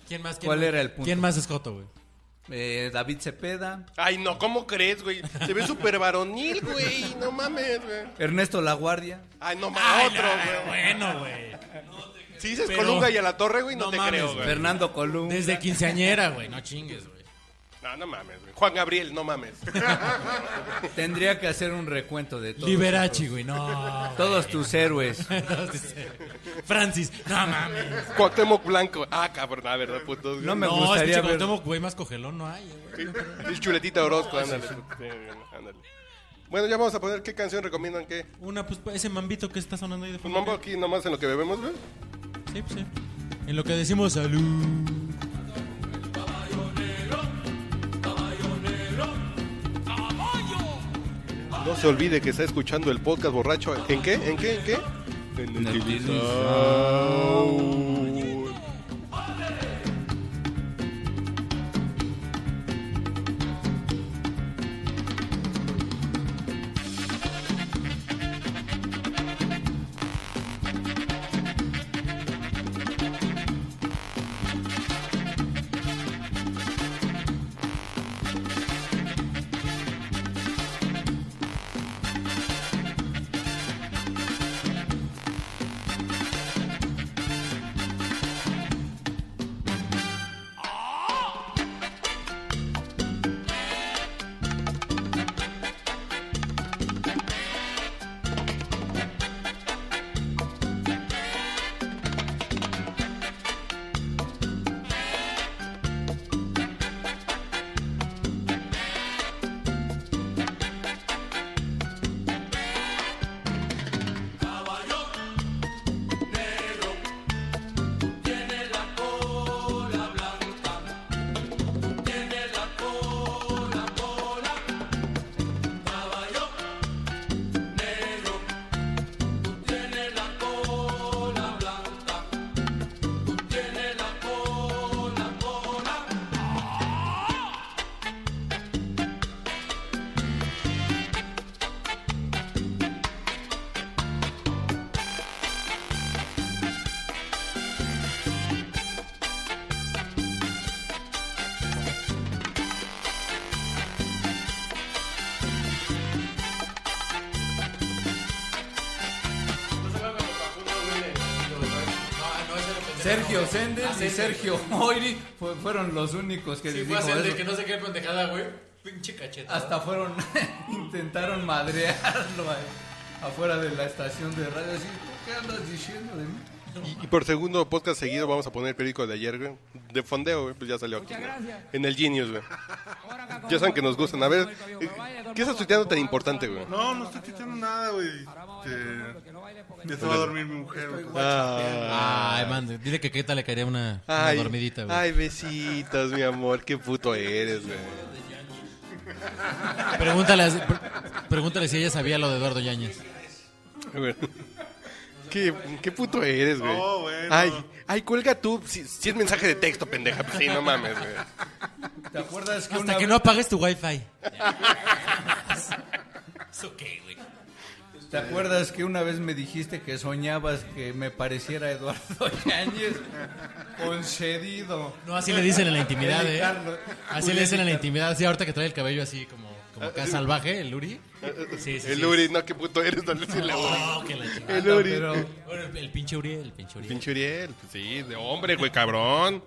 Speaker 5: ¿Quién más? quién
Speaker 4: ¿Cuál
Speaker 5: más?
Speaker 4: era el punto?
Speaker 5: ¿Quién más es Joto, güey?
Speaker 4: eh, David Cepeda,
Speaker 1: Ay, no, ¿cómo crees, güey? Se ve súper varonil, güey. No mames, güey.
Speaker 4: Ernesto La Guardia.
Speaker 1: Ay, no
Speaker 5: Ay,
Speaker 1: mames, otro,
Speaker 5: no,
Speaker 1: güey.
Speaker 5: Bueno, güey.
Speaker 1: Si dices
Speaker 5: Pero-
Speaker 1: Colunga y a la torre, güey, no,
Speaker 5: No
Speaker 1: te
Speaker 5: mames,
Speaker 1: creo, güey.
Speaker 5: güey.
Speaker 4: Fernando Colum.
Speaker 5: Desde quinceañera, güey. No chingues, güey.
Speaker 1: No, no mames, güey. Juan Gabriel, no mames.
Speaker 4: Tendría que hacer un recuento de todos.
Speaker 5: Liberace, güey. No.
Speaker 4: Todos tus héroes.
Speaker 5: Francis, no mames.
Speaker 1: Cuauhtémoc Blanco. Ah, cabrón, ah, verdad, puto.
Speaker 4: No me
Speaker 5: No, es que
Speaker 4: gustaría
Speaker 5: chico,
Speaker 4: ver.
Speaker 5: Cuauhtémoc, güey, más cogelón no hay, güey.
Speaker 1: El chuletita Orozco, ándale. ándale. Bueno, ya vamos a poner qué canción recomiendan, qué.
Speaker 5: Una, pues, ese mambito que está sonando ahí de
Speaker 1: Un
Speaker 5: fondo.
Speaker 1: mambo aquí nomás en lo que bebemos, güey.
Speaker 5: Sí, pues, sí. En lo que decimos salud.
Speaker 1: No se olvide que está escuchando el podcast borracho. ¿En qué? ¿En qué? ¿En qué? En el Tilizao.
Speaker 4: Sergio Sendel y Sergio Moiri fue- fueron los únicos que
Speaker 7: Sí,
Speaker 4: les
Speaker 7: fue
Speaker 4: dijo
Speaker 7: a ser de
Speaker 4: eso.
Speaker 7: que no sé qué pendejada, güey. Pinche cacheta.
Speaker 4: Hasta fueron, intentaron madrearlo ahí, afuera de la estación de radio. Así, "¿Tú ¿qué andas diciendo de mí?
Speaker 1: Y, y por segundo podcast seguido vamos a poner el periódico de ayer, güey. De fondeo, güey. Pues ya salió aquí. güey. En el Genius, güey. Ya saben que nos gustan. A ver, eh, ¿qué estás tuiteando tan importante, güey?
Speaker 3: No, no estoy quitando nada, güey. Este, Ya se va a dormir mi mujer. güey.
Speaker 5: Ay, man, dile que qué tal le caería una, Ah, una
Speaker 1: Ah, Ay,
Speaker 5: dormidita, güey.
Speaker 1: ay, besitos, mi amor. Qué puto eres, güey.
Speaker 5: Pregúntale, pr- pregúntale si ella sabía lo de Eduardo Yañez.
Speaker 1: A ver. ¿Qué, qué puto eres, güey?
Speaker 3: No, bueno.
Speaker 1: Ay, ay, cuelga tú. Si, si es mensaje de texto, pendeja. Pues sí, no mames, güey.
Speaker 4: ¿Te acuerdas que una
Speaker 5: Hasta que
Speaker 4: vez-
Speaker 5: no apagues tu
Speaker 7: ¿Eso
Speaker 5: wifi.
Speaker 7: qué, güey?
Speaker 4: ¿Te acuerdas que una vez me dijiste que soñabas que me pareciera Eduardo Yáñez? Concedido.
Speaker 5: No, así le dicen en la intimidad, eh.
Speaker 4: Carlos.
Speaker 5: Así le dicen en la intimidad. Sí, ahorita que trae el cabello así como,
Speaker 1: Ah,
Speaker 5: como acá salvaje, el Uri. Sí, sí,
Speaker 1: El
Speaker 5: sí.
Speaker 1: Uri, no, qué puto eres. No, le decía el Uri.
Speaker 5: Oh, que la chingada.
Speaker 1: El Uri.
Speaker 4: Pero
Speaker 5: Bueno, el, el pinche Uri, el pinche Uri.
Speaker 1: Pinche Uriel, pues sí, de hombre, güey, cabrón.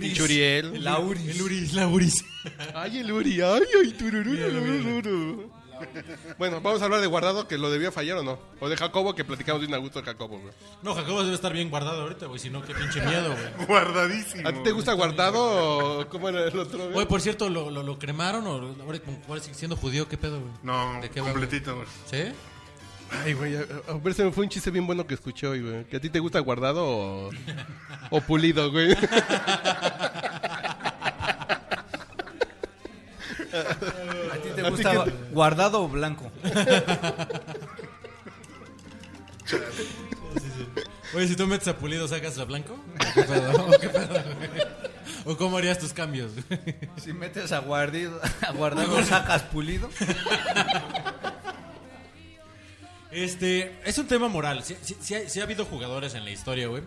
Speaker 1: Pinche Uriel.
Speaker 4: la Uri.
Speaker 5: El Uri, es la Uris.
Speaker 1: Ay, el Uri, ay, ay, tururú, tururú. Bueno, vamos a hablar de Guardado, que lo debía fallar o no. O de Jacobo, que platicamos bien a gusto de Jacobo, güey.
Speaker 5: No, Jacobo debe estar bien guardado ahorita, güey. Si no, qué pinche miedo, güey.
Speaker 3: Guardadísimo.
Speaker 1: ¿A ti te gusta Guardado o cómo era el otro, güey?
Speaker 5: Oye, por cierto, ¿lo, lo, lo cremaron o lo- ahora como ahora sigue siendo judío? ¿Qué pedo, güey?
Speaker 3: No,
Speaker 5: ¿De qué va, güey?
Speaker 3: completito, güey.
Speaker 5: ¿Sí?
Speaker 1: Ay, güey, a, a ver, se me fue un chiste bien bueno que escuché hoy, güey. ¿Que a ti te gusta Guardado o, o Pulido, güey?
Speaker 4: ¿A ti te gusta guardado o blanco?
Speaker 5: Oye, si tú metes a Pulido, ¿sacas a Blanco? ¿O ¿Qué pedo? ¿O, qué pedo, güey? ¿O cómo harías tus cambios? güey?
Speaker 4: Si metes a, guardido, a guardado, sacas pulido.
Speaker 5: Este, es un tema moral. Sí, sí- sí ha, sí ha habido jugadores en la historia, güey,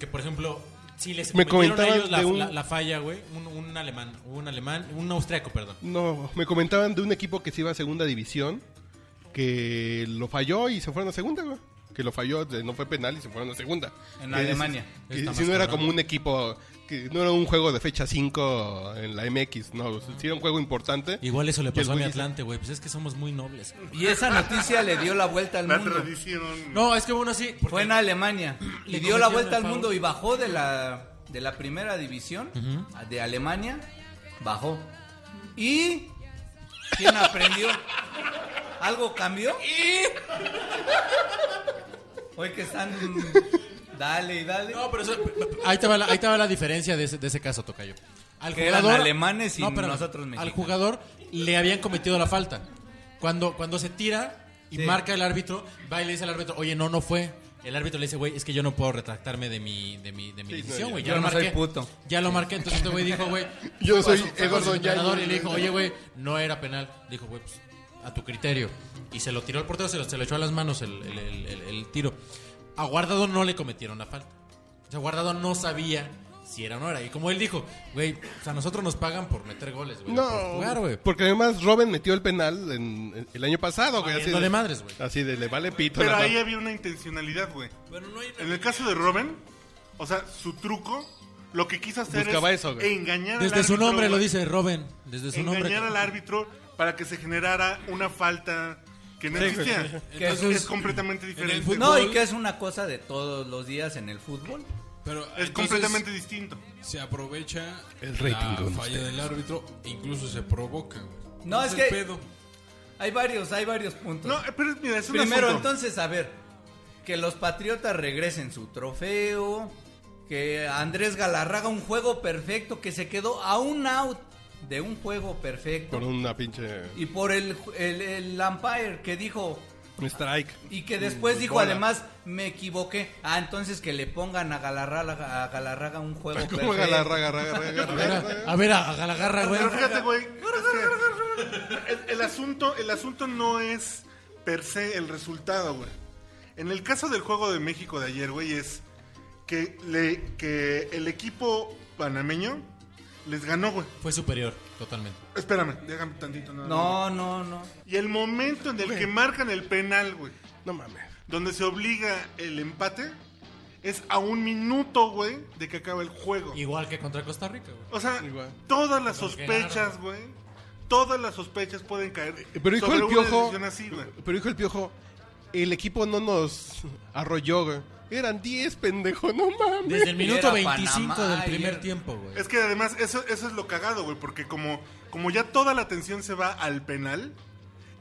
Speaker 5: que por ejemplo, si les
Speaker 1: Me
Speaker 5: cometieron a
Speaker 1: comentaban
Speaker 5: ellos la,
Speaker 1: de un-
Speaker 5: la- la falla, güey, un, un alemán, un alemán, un austriaco, perdón.
Speaker 1: No, me comentaban de un equipo que se iba a segunda división, que lo falló y se fueron a segunda, güey. Que lo falló, de- no fue penal y se fueron a segunda.
Speaker 4: En
Speaker 1: Que
Speaker 4: Alemania.
Speaker 1: Si, que
Speaker 5: Está
Speaker 1: si
Speaker 5: más
Speaker 1: no era
Speaker 5: cabrón.
Speaker 1: como un equipo, que no era un juego de fecha 5 en la MX, no, si era un juego importante.
Speaker 5: Igual eso
Speaker 1: Y
Speaker 5: le
Speaker 1: el
Speaker 5: pasó a mi
Speaker 1: güey dice-
Speaker 5: Atlante, güey. Pues es que somos muy nobles.
Speaker 4: Y esa noticia le dio la vuelta al
Speaker 3: La
Speaker 4: mundo.
Speaker 3: tradición.
Speaker 5: No, es que bueno, sí. porque-
Speaker 4: Fue en Alemania.
Speaker 5: Le
Speaker 4: Y dio la
Speaker 5: cometieron
Speaker 4: vuelta
Speaker 5: el
Speaker 4: al
Speaker 5: favor.
Speaker 4: mundo y bajó de la, de la primera división de Alemania. Bajó. ¿Y quién aprendió? ¿Algo cambió? Hoy que están. Dale y dale.
Speaker 5: No, pero eso- ahí, te va la, ahí te va la diferencia de ese, de ese caso, Tocayo. Al
Speaker 4: Que eran alemanes y
Speaker 5: pero
Speaker 4: nosotros
Speaker 5: Al
Speaker 4: mexicanos.
Speaker 5: jugador le habían cometido la falta. Cuando, cuando se tira y
Speaker 4: Sí.
Speaker 5: marca el árbitro, va y le dice al árbitro, oye, no, no fue. El árbitro le dice, güey, es que yo no puedo retractarme de mi, de mi, de mi decisión, güey.
Speaker 4: yo
Speaker 5: lo
Speaker 4: no soy
Speaker 5: marqué".
Speaker 4: puto.
Speaker 5: Ya lo marqué, entonces este güey dijo, güey,
Speaker 1: Yo soy
Speaker 5: fue con su
Speaker 1: Eduardo
Speaker 5: entrenador Y le
Speaker 1: Yáñez.
Speaker 5: dijo, oye, güey, no era penal. Dijo, güey, pues a tu criterio. Y se lo tiró al portero, se lo, se lo echó a las manos el, el- el- el- el tiro. A Guardado no le cometieron la falta. O sea, Guardado no sabía si era o no era. Y como él dijo, güey, o sea, nosotros nos pagan por meter goles, güey. por
Speaker 1: No,
Speaker 5: jugar, güey.
Speaker 1: porque además Robin metió el penal en- en- el año pasado, güey. Así
Speaker 5: Valiéndole madres, güey.
Speaker 1: Así de, le vale pito.
Speaker 3: Pero
Speaker 1: la
Speaker 3: ahí
Speaker 1: madre.
Speaker 3: había una intencionalidad, güey.
Speaker 5: Bueno, no hay-
Speaker 3: En el caso de Robin, o sea, su truco, lo que quiso hacer
Speaker 1: Buscaba
Speaker 3: es
Speaker 1: eso, güey.
Speaker 3: engañar al
Speaker 5: Desde su
Speaker 3: árbitro,
Speaker 5: nombre lo
Speaker 3: güey.
Speaker 5: dice Robin. Desde su nombre.
Speaker 3: Engañar al árbitro para que se generara una falta que no existía. Entonces es completamente
Speaker 7: el
Speaker 5: pues,
Speaker 3: diferente.
Speaker 7: fútbol-
Speaker 4: No, y que es una cosa de todos los días en el fútbol.
Speaker 7: Pero
Speaker 3: Es
Speaker 7: entonces,
Speaker 3: completamente distinto.
Speaker 7: Se aprovecha
Speaker 1: El rating
Speaker 7: la
Speaker 1: con
Speaker 7: falla
Speaker 1: ustedes.
Speaker 7: del árbitro e incluso se provoca, güey.
Speaker 4: No, es
Speaker 7: el
Speaker 4: que-
Speaker 7: pedo.
Speaker 4: Hay varios, hay varios puntos.
Speaker 3: No, eh, pero mira, es un
Speaker 4: Primero,
Speaker 3: asunto.
Speaker 4: entonces, a ver, que los Patriotas regresen su trofeo, que Andrés Galarraga un juego perfecto, que se quedó a un out de un juego perfecto.
Speaker 1: Por una pinche
Speaker 4: Y por el, el, el umpire que dijo,
Speaker 1: strike.
Speaker 4: y que después dijo
Speaker 1: pues, bola.
Speaker 4: además, me equivoqué. Ah, entonces que le pongan a Galarraga, a Galarraga un juego
Speaker 1: ¿Cómo
Speaker 4: perfecto.
Speaker 1: raga, raga, raga, raga, raga?
Speaker 5: A ver, a, a ver, a, a la garra, güey.
Speaker 3: Pero fíjate, güey. es que el, el asunto, el asunto no es per se el resultado, güey. En el caso del juego de México de ayer, güey, es que, le, que el equipo panameño les ganó, güey.
Speaker 5: Fue superior, totalmente.
Speaker 3: Espérame, déjame tantito. nada más.
Speaker 4: No, no, no.
Speaker 3: Y el momento en el que marcan el penal, güey,
Speaker 1: No mames.
Speaker 3: donde se obliga el empate, es a un minuto, güey, de que acabe el juego.
Speaker 5: Igual que contra Costa Rica, güey.
Speaker 3: O sea,
Speaker 1: Igual.
Speaker 3: todas las
Speaker 5: Nos
Speaker 3: sospechas,
Speaker 5: ganaron.
Speaker 3: güey. Todas las sospechas pueden caer.
Speaker 1: Eh, Pero dijo
Speaker 3: sobre
Speaker 1: el
Speaker 3: una
Speaker 1: piojo.
Speaker 3: decisión así, güey.
Speaker 1: pero dijo el piojo. El equipo no nos arrolló, güey. Eran 10, pendejo, no mames.
Speaker 5: Desde el minuto
Speaker 4: Era
Speaker 5: 25
Speaker 4: Panamá
Speaker 5: del primer
Speaker 4: ayer.
Speaker 5: tiempo, güey.
Speaker 3: Es que además eso, eso es lo cagado, güey, porque como, como ya toda la atención se va al penal,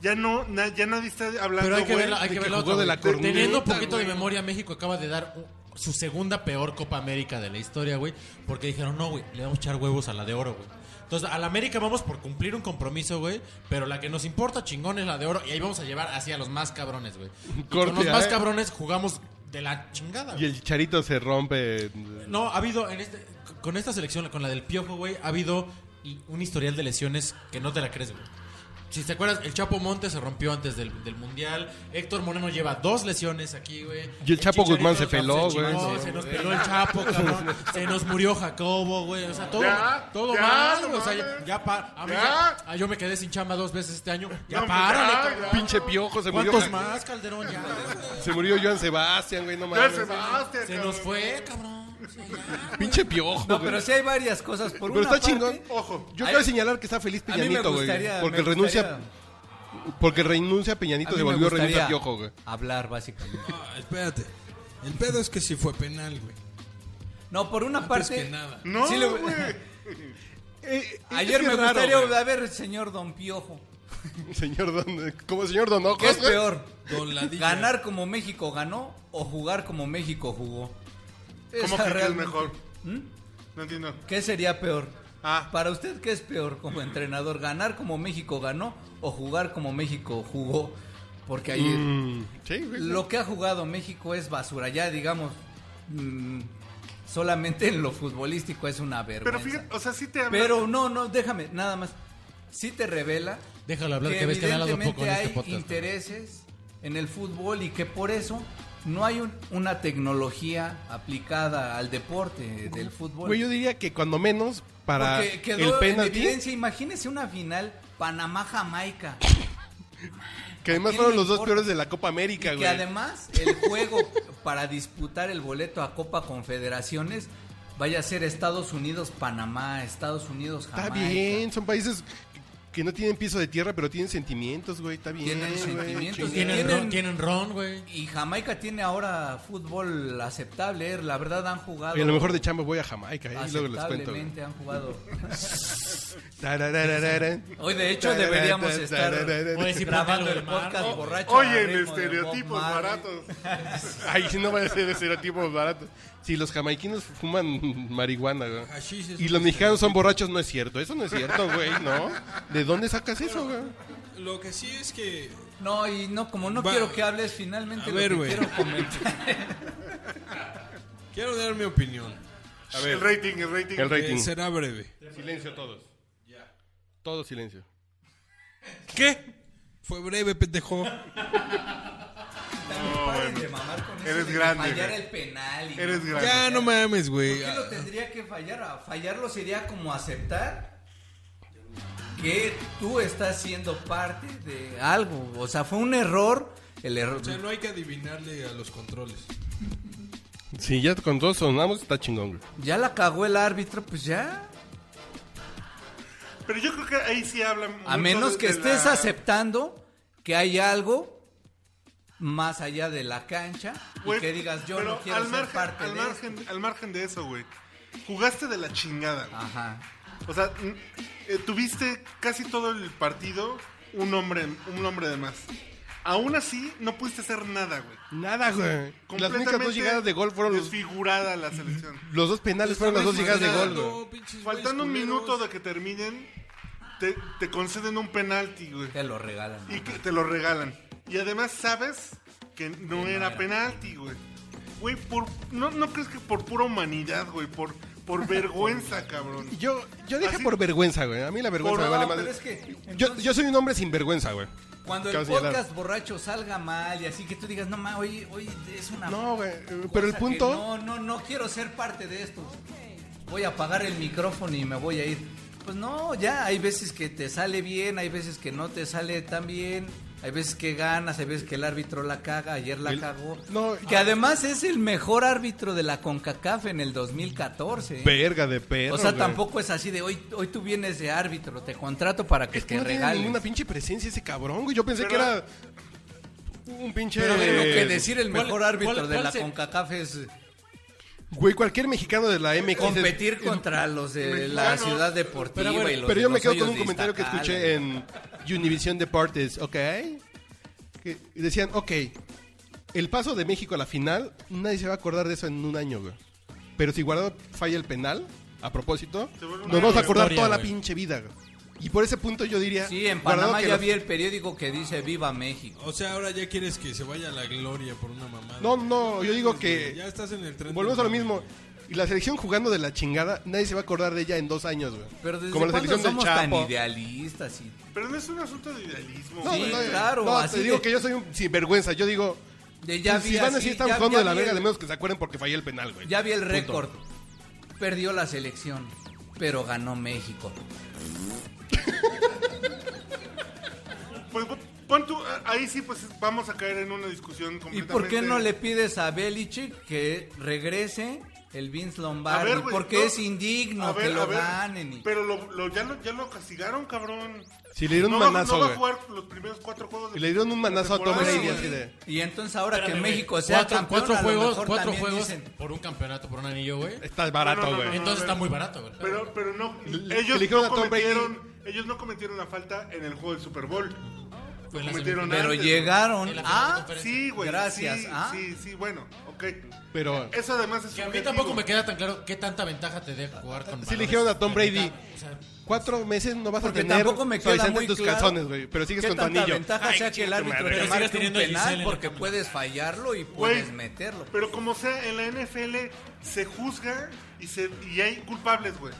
Speaker 3: ya no na- ya nadie está hablando,
Speaker 5: Pero hay que
Speaker 3: güey,
Speaker 5: verla, hay
Speaker 1: de
Speaker 5: que
Speaker 1: que
Speaker 5: verla
Speaker 1: jugó
Speaker 5: otra,
Speaker 1: de la
Speaker 5: güey.
Speaker 1: corneta,
Speaker 5: Teniendo un poquito
Speaker 1: güey.
Speaker 5: de memoria, México acaba de dar u- su segunda peor Copa América de la historia, güey. Porque dijeron, no, güey, le vamos a echar huevos a la de oro, güey. Entonces, a la América vamos por cumplir un compromiso, güey. Pero la que nos importa chingón es la de oro. Y ahí vamos a llevar así a los más cabrones, güey. Y Con los
Speaker 1: Corte,
Speaker 5: más
Speaker 1: ¿eh?
Speaker 5: cabrones jugamos de la chingada,
Speaker 1: Y
Speaker 5: güey.
Speaker 1: el charito se rompe.
Speaker 5: No, ha habido, en este, con esta selección, con la del Piojo, güey, ha habido y- un historial de lesiones que no te la crees, güey. Si te acuerdas, el Chapo Montes se rompió antes del, del Mundial. Héctor Moreno lleva dos lesiones aquí, güey.
Speaker 1: Y el Chapo
Speaker 5: Chicharito
Speaker 1: Guzmán se
Speaker 5: Hernández
Speaker 1: peló,
Speaker 5: se chingó,
Speaker 1: güey.
Speaker 5: Se nos peló el Chapo, cabrón. Se nos murió Jacobo, güey. O sea, todo,
Speaker 3: Ya,
Speaker 5: todo
Speaker 3: ya,
Speaker 5: mal,
Speaker 3: no
Speaker 5: güey. O sea,
Speaker 3: mames.
Speaker 5: ya, ya pa- a mí
Speaker 3: Ya.
Speaker 5: ya- ah, yo me quedé sin chamba dos veces este año. Ya
Speaker 3: No,
Speaker 5: párale,
Speaker 3: ya,
Speaker 5: cabrón.
Speaker 3: ya.
Speaker 1: Pinche piojo, se murió.
Speaker 5: ¿Cuántos más, Calderón? Ya, güey.
Speaker 1: Se murió Joan Sebastián, güey, no
Speaker 3: Ya
Speaker 1: mames.
Speaker 3: se basta,
Speaker 5: Se nos
Speaker 3: cabrón.
Speaker 5: fue, cabrón. Sí, ya.
Speaker 1: Pinche piojo,
Speaker 4: No,
Speaker 1: güey.
Speaker 4: pero sí hay varias cosas. Por
Speaker 1: Pero
Speaker 4: una
Speaker 1: está
Speaker 4: parte,
Speaker 1: chingón.
Speaker 3: Ojo.
Speaker 1: Yo
Speaker 4: A
Speaker 1: quiero
Speaker 4: mí-
Speaker 1: señalar que está feliz
Speaker 4: A mí me
Speaker 1: Peñanito, güey.
Speaker 4: gustaría-
Speaker 1: Porque
Speaker 4: me
Speaker 1: renuncia.
Speaker 4: gustaría-
Speaker 1: Porque renuncia Peñanito,
Speaker 4: a
Speaker 1: se
Speaker 4: mí me
Speaker 1: volvió renuncia
Speaker 4: gustaría
Speaker 1: piojo, güey.
Speaker 4: Hablar, básicamente.
Speaker 7: Ah, espérate. El pedo es que si fue penal, güey.
Speaker 4: No, por una
Speaker 7: Antes
Speaker 4: parte.
Speaker 7: que nada.
Speaker 3: No,
Speaker 4: Sí le-
Speaker 3: güey.
Speaker 4: Ayer
Speaker 1: Es que
Speaker 4: Eh, me
Speaker 1: es raro,
Speaker 4: gustaría
Speaker 1: güey.
Speaker 4: a ver, señor Don Piojo.
Speaker 1: Señor Don. Como señor Don Ojos,
Speaker 4: ¿Qué es
Speaker 1: güey.
Speaker 4: peor?
Speaker 7: Don Ladilla.
Speaker 4: ¿Ganar como México ganó o jugar como México jugó?
Speaker 3: ¿Cómo que
Speaker 4: Esa
Speaker 3: qué es
Speaker 4: realmente-
Speaker 3: mejor? ¿Mm? No entiendo.
Speaker 4: ¿Qué sería peor?
Speaker 3: Ah.
Speaker 4: Para usted, ¿qué es peor como entrenador? ¿Ganar como México ganó o jugar como México jugó? Porque ayer
Speaker 1: Mm, Sí, güey.
Speaker 4: lo que ha jugado México es basura. Ya, digamos, mm, solamente en lo futbolístico es una
Speaker 3: Pero
Speaker 4: vergüenza.
Speaker 3: fíjate, o sea, sí te habla-
Speaker 4: Pero no, no, déjame, nada más. Sí te revela
Speaker 5: Déjalo hablar, que ves que le han hablado
Speaker 4: evidentemente
Speaker 5: poco en este
Speaker 4: hay
Speaker 5: podcast, ¿no?
Speaker 4: intereses en el fútbol y que por eso no hay un- una tecnología aplicada al deporte del fútbol.
Speaker 1: Güey, yo diría que cuando menos para
Speaker 4: Porque quedó
Speaker 1: el
Speaker 4: en
Speaker 1: penalti,
Speaker 4: evidencia, imagínese una final Panamá-Jamaica.
Speaker 1: que además
Speaker 4: ¿Qué
Speaker 1: fueron
Speaker 4: le
Speaker 1: los dos
Speaker 4: importa?
Speaker 1: peores de la Copa América,
Speaker 4: Que
Speaker 1: güey.
Speaker 4: además el juego para disputar el boleto a Copa Confederaciones vaya a ser Estados Unidos-Panamá, Estados
Speaker 1: Está
Speaker 4: Unidos-Jamaica.
Speaker 1: bien, son países que no tienen piso de tierra, pero tienen sentimientos, güey. Está bien.
Speaker 4: Tienen
Speaker 1: güey,
Speaker 4: sentimientos.
Speaker 1: chingada.
Speaker 5: Tienen,
Speaker 4: Tienen-
Speaker 5: ron- tienen ron, güey.
Speaker 4: Y Jamaica tiene ahora fútbol aceptable, eh, la verdad han jugado.
Speaker 1: Y a lo mejor de chamba voy a Jamaica, ¿eh? y luego les cuento. güey.
Speaker 4: Aceptablemente han jugado.
Speaker 1: Tararararara.
Speaker 4: Hoy de hecho deberíamos estar pues.
Speaker 5: Puedes ir
Speaker 4: grabando
Speaker 5: por
Speaker 4: el
Speaker 5: algo del mar,
Speaker 4: podcast
Speaker 5: ¿no?
Speaker 4: borracho.
Speaker 3: Oye,
Speaker 4: al
Speaker 3: en
Speaker 4: ritmo de Bob
Speaker 3: estereotipos
Speaker 4: Marley.
Speaker 3: baratos.
Speaker 1: Pues, Ay, si no van a ser estereotipos baratos. Si los jamaiquinos fuman marihuana, güey.
Speaker 4: Ah,
Speaker 7: Hashish es
Speaker 1: Y
Speaker 7: un
Speaker 1: los mexicanos son borrachos, no es cierto. Eso no es cierto, güey, ¿no? ¿De dónde sacas eso, güey?
Speaker 7: Lo que sí es que
Speaker 4: No, y no, como no
Speaker 7: Va.
Speaker 4: quiero que hables finalmente
Speaker 7: A
Speaker 4: lo
Speaker 7: ver,
Speaker 4: que
Speaker 7: güey.
Speaker 4: quiero comentar.
Speaker 7: quiero dar mi opinión.
Speaker 1: A ver,
Speaker 3: El rating, el rating.
Speaker 1: el
Speaker 7: que
Speaker 1: rating.
Speaker 7: será breve.
Speaker 1: Silencio todos. Todo silencio.
Speaker 7: ¿Qué? Fue breve, pendejo.
Speaker 4: Paren de mamar con eso
Speaker 3: Eres
Speaker 4: de que
Speaker 3: grande,
Speaker 4: Fallar
Speaker 3: güey.
Speaker 4: el penal. y-
Speaker 3: Eres grande.
Speaker 7: Ya no mames, güey.
Speaker 4: ¿Qué lo tendría que fallar? A fallarlo sería como aceptar que tú estás siendo parte de algo. O sea, fue un error. El error.
Speaker 7: O sea, no hay que adivinarle a los controles.
Speaker 1: Si ya con todos sonamos, está chingón, güey.
Speaker 4: Ya la cagó el árbitro, pues ya.
Speaker 3: Pero yo creo que ahí sí hablan.
Speaker 4: A
Speaker 3: mucho
Speaker 4: menos
Speaker 3: de-
Speaker 4: que
Speaker 3: de
Speaker 4: estés
Speaker 3: la-
Speaker 4: aceptando que hay algo más allá de la cancha
Speaker 3: Güey,
Speaker 4: y que digas yo
Speaker 3: pero
Speaker 4: no quiero
Speaker 3: al
Speaker 4: ser
Speaker 3: margen-
Speaker 4: parte
Speaker 3: al
Speaker 4: de
Speaker 3: margen, al margen de eso, güey. Jugaste de la chingada,
Speaker 4: esto.
Speaker 3: güey.
Speaker 4: Ajá.
Speaker 3: O sea, mm, eh, tuviste casi todo el partido un hombre, un hombre de más. Aún así, no pudiste hacer nada, güey.
Speaker 1: Nada, güey. Las
Speaker 3: Completamente
Speaker 1: únicas dos llegadas de gol fueron los,
Speaker 3: Desfigurada la selección.
Speaker 1: los dos penales, fueron las dos llegadas de gol, güey.
Speaker 7: No, pinches
Speaker 3: Faltando un
Speaker 7: güeyes
Speaker 3: minuto
Speaker 7: culeros.
Speaker 3: de que terminen, te, te conceden un penalti, güey.
Speaker 4: Te lo regalan.
Speaker 3: Y que te lo regalan. Y además sabes que no era penalti, güey. Güey, por, no, no crees que por pura humanidad, güey, por, por vergüenza, cabrón.
Speaker 1: Yo, yo dejé
Speaker 3: Así-
Speaker 1: por vergüenza, güey. A mí la vergüenza
Speaker 3: Por-
Speaker 1: me vale
Speaker 4: No,
Speaker 1: más.
Speaker 4: pero es que,
Speaker 1: yo,
Speaker 4: entonces-
Speaker 1: yo soy un hombre sin vergüenza, güey.
Speaker 4: Cuando
Speaker 1: Cabe
Speaker 4: el
Speaker 1: señalar.
Speaker 4: podcast borracho salga mal y así que tú digas, no ma, hoy, hoy es una.
Speaker 1: No, güey. eh,
Speaker 4: cosa
Speaker 1: Pero el
Speaker 4: que
Speaker 1: punto.
Speaker 4: No, no, no quiero ser parte de esto. Voy a apagar el micrófono y me voy a ir. Pues no, ya, hay veces que te sale bien, hay veces que no te sale tan bien. Hay veces que ganas, hay veces que el árbitro la caga, ayer la
Speaker 1: El-
Speaker 4: cagó.
Speaker 1: no,
Speaker 4: que además es el mejor árbitro de la CONCACAF en el 2014. ¿eh?
Speaker 1: Verga de perro.
Speaker 4: o sea,
Speaker 1: güey.
Speaker 4: tampoco es así de hoy, hoy tú vienes de árbitro, te contrato para que
Speaker 1: Es que
Speaker 4: te
Speaker 1: no tiene
Speaker 4: regales.
Speaker 1: ninguna pinche presencia ese cabrón, güey. Yo pensé que era un pinche.
Speaker 4: Pero tengo que decir el
Speaker 5: ¿Cuál-
Speaker 4: mejor
Speaker 5: cuál-
Speaker 4: árbitro de
Speaker 5: cuál
Speaker 4: la
Speaker 5: se-
Speaker 4: CONCACAF es
Speaker 1: Güey, cualquier mexicano de la MX. es-
Speaker 4: competir contra los de la
Speaker 3: Mexicanos.
Speaker 4: ciudad deportiva
Speaker 5: Pero bueno,
Speaker 4: y los
Speaker 1: Pero
Speaker 4: de
Speaker 1: yo me
Speaker 4: los
Speaker 1: quedo con
Speaker 4: hoyos
Speaker 1: un comentario que
Speaker 4: destacados.
Speaker 1: escuché en Univision Deportes, ¿ok? Que decían, ok, el paso de México a la final, nadie se va a acordar de eso en un año, güey. Pero si Guardado falla el penal, a propósito,
Speaker 3: Se vuelve
Speaker 1: nos
Speaker 3: una
Speaker 1: vamos a acordar
Speaker 5: historia,
Speaker 1: toda la
Speaker 5: güey.
Speaker 1: pinche vida, güey. Y por ese punto yo diría...
Speaker 4: Sí, en
Speaker 1: Guardado
Speaker 4: Panamá
Speaker 1: que
Speaker 4: ya
Speaker 1: los-
Speaker 4: vi el periódico que dice Viva México.
Speaker 6: O sea, ahora ya quieres que se vaya a la gloria por una mamada.
Speaker 1: No, no, yo digo que-
Speaker 6: Ya estás en el tren.
Speaker 1: Volvemos a lo
Speaker 6: del-
Speaker 1: mismo. Y la selección jugando de la chingada, nadie se va a acordar de ella en dos años, güey.
Speaker 4: Pero desde
Speaker 1: Como la
Speaker 4: cuándo
Speaker 1: selección del
Speaker 4: somos tan
Speaker 1: Chapo.
Speaker 4: idealistas y
Speaker 3: Pero no es un asunto de idealismo.
Speaker 1: No,
Speaker 4: Sí,
Speaker 1: no, no,
Speaker 4: claro,
Speaker 1: no,
Speaker 4: así
Speaker 1: te digo
Speaker 4: de-
Speaker 1: que yo soy un sinvergüenza. Yo digo,
Speaker 4: De ya
Speaker 1: Pues si
Speaker 4: vi
Speaker 1: van a
Speaker 4: así,
Speaker 1: decir están
Speaker 4: ya-
Speaker 1: jugando
Speaker 4: ya
Speaker 1: de la
Speaker 4: vi
Speaker 1: verga,
Speaker 4: el-
Speaker 1: de menos que se acuerden porque fallé el penal, güey.
Speaker 4: Ya vi el récord. Perdió la selección, pero ganó México.
Speaker 3: Pues pon tú, ahí sí pues vamos a caer en una discusión
Speaker 4: ¿Y
Speaker 3: completamente.
Speaker 4: por qué no le pides a Belichick que regrese el Vince
Speaker 3: A
Speaker 4: Lombardi?
Speaker 3: ver, güey,
Speaker 4: Porque
Speaker 3: no.
Speaker 4: es indigno
Speaker 3: A ver,
Speaker 4: que lo
Speaker 3: a ver,
Speaker 4: ganen. y-
Speaker 3: Pero lo, lo- ya, lo, ya lo castigaron, cabrón.
Speaker 1: Sí, le dieron
Speaker 3: no
Speaker 1: un
Speaker 3: va-
Speaker 1: manazo,
Speaker 3: No va a
Speaker 1: güey.
Speaker 3: jugar los primeros cuatro juegos.
Speaker 1: Y le dieron un
Speaker 3: de la
Speaker 1: manazo a Tom
Speaker 3: temporada,
Speaker 1: Brady
Speaker 3: güey.
Speaker 1: así de...
Speaker 4: Y entonces ahora que
Speaker 5: Espérame, güey.
Speaker 4: México sea
Speaker 5: cuatro,
Speaker 4: campeón,
Speaker 5: cuatro
Speaker 4: a lo
Speaker 5: juegos,
Speaker 4: mejor
Speaker 5: cuatro
Speaker 4: también
Speaker 5: juegos
Speaker 4: dicen,
Speaker 5: por un campeonato, por un anillo, güey.
Speaker 1: Estás barato,
Speaker 3: No, no,
Speaker 1: güey.
Speaker 3: no, no,
Speaker 5: Entonces está muy barato, güey.
Speaker 3: Pero, pero no,
Speaker 1: Le-
Speaker 3: ellos
Speaker 1: le
Speaker 3: no,
Speaker 1: dijeron a Tom Brady-
Speaker 3: cometieron, ellos no cometieron la falta en el juego del Super Bowl.
Speaker 5: Fue en la
Speaker 3: cometieron
Speaker 5: semifinal.
Speaker 4: Pero
Speaker 3: antes,
Speaker 4: llegaron
Speaker 5: En la final de
Speaker 4: a...
Speaker 5: conferencia.
Speaker 3: Sí, güey.
Speaker 4: Gracias,
Speaker 3: Sí,
Speaker 4: ¿ah?
Speaker 3: sí, sí, bueno, ok.
Speaker 1: Pero
Speaker 3: Eso además es
Speaker 5: Que a mí
Speaker 3: subjetivo.
Speaker 5: tampoco me queda tan claro qué tanta ventaja te deja jugar con
Speaker 1: sí
Speaker 5: valores.
Speaker 1: le dijeron a Tom
Speaker 5: Que
Speaker 1: Brady.
Speaker 5: neta, o sea,
Speaker 1: cuatro meses no vas a
Speaker 4: Porque
Speaker 1: tener
Speaker 4: tampoco me queda
Speaker 1: suavizante
Speaker 4: muy
Speaker 1: en tus
Speaker 4: claro
Speaker 1: calzones, güey. Pero sigues
Speaker 4: qué
Speaker 1: con tu
Speaker 4: tanta
Speaker 1: anillo.
Speaker 4: ventaja
Speaker 1: Ay,
Speaker 4: sea que el
Speaker 1: chinga tu
Speaker 4: árbitro
Speaker 1: madre.
Speaker 4: te
Speaker 5: Pero sigues
Speaker 4: marque un
Speaker 5: teniendo a Giselle en
Speaker 4: penal
Speaker 5: la
Speaker 4: porque
Speaker 5: cámara.
Speaker 4: puedes fallarlo y puedes
Speaker 3: Güey,
Speaker 4: meterlo.
Speaker 3: Pero como sea, en la NFL se juzga y, se, y hay culpables, güey.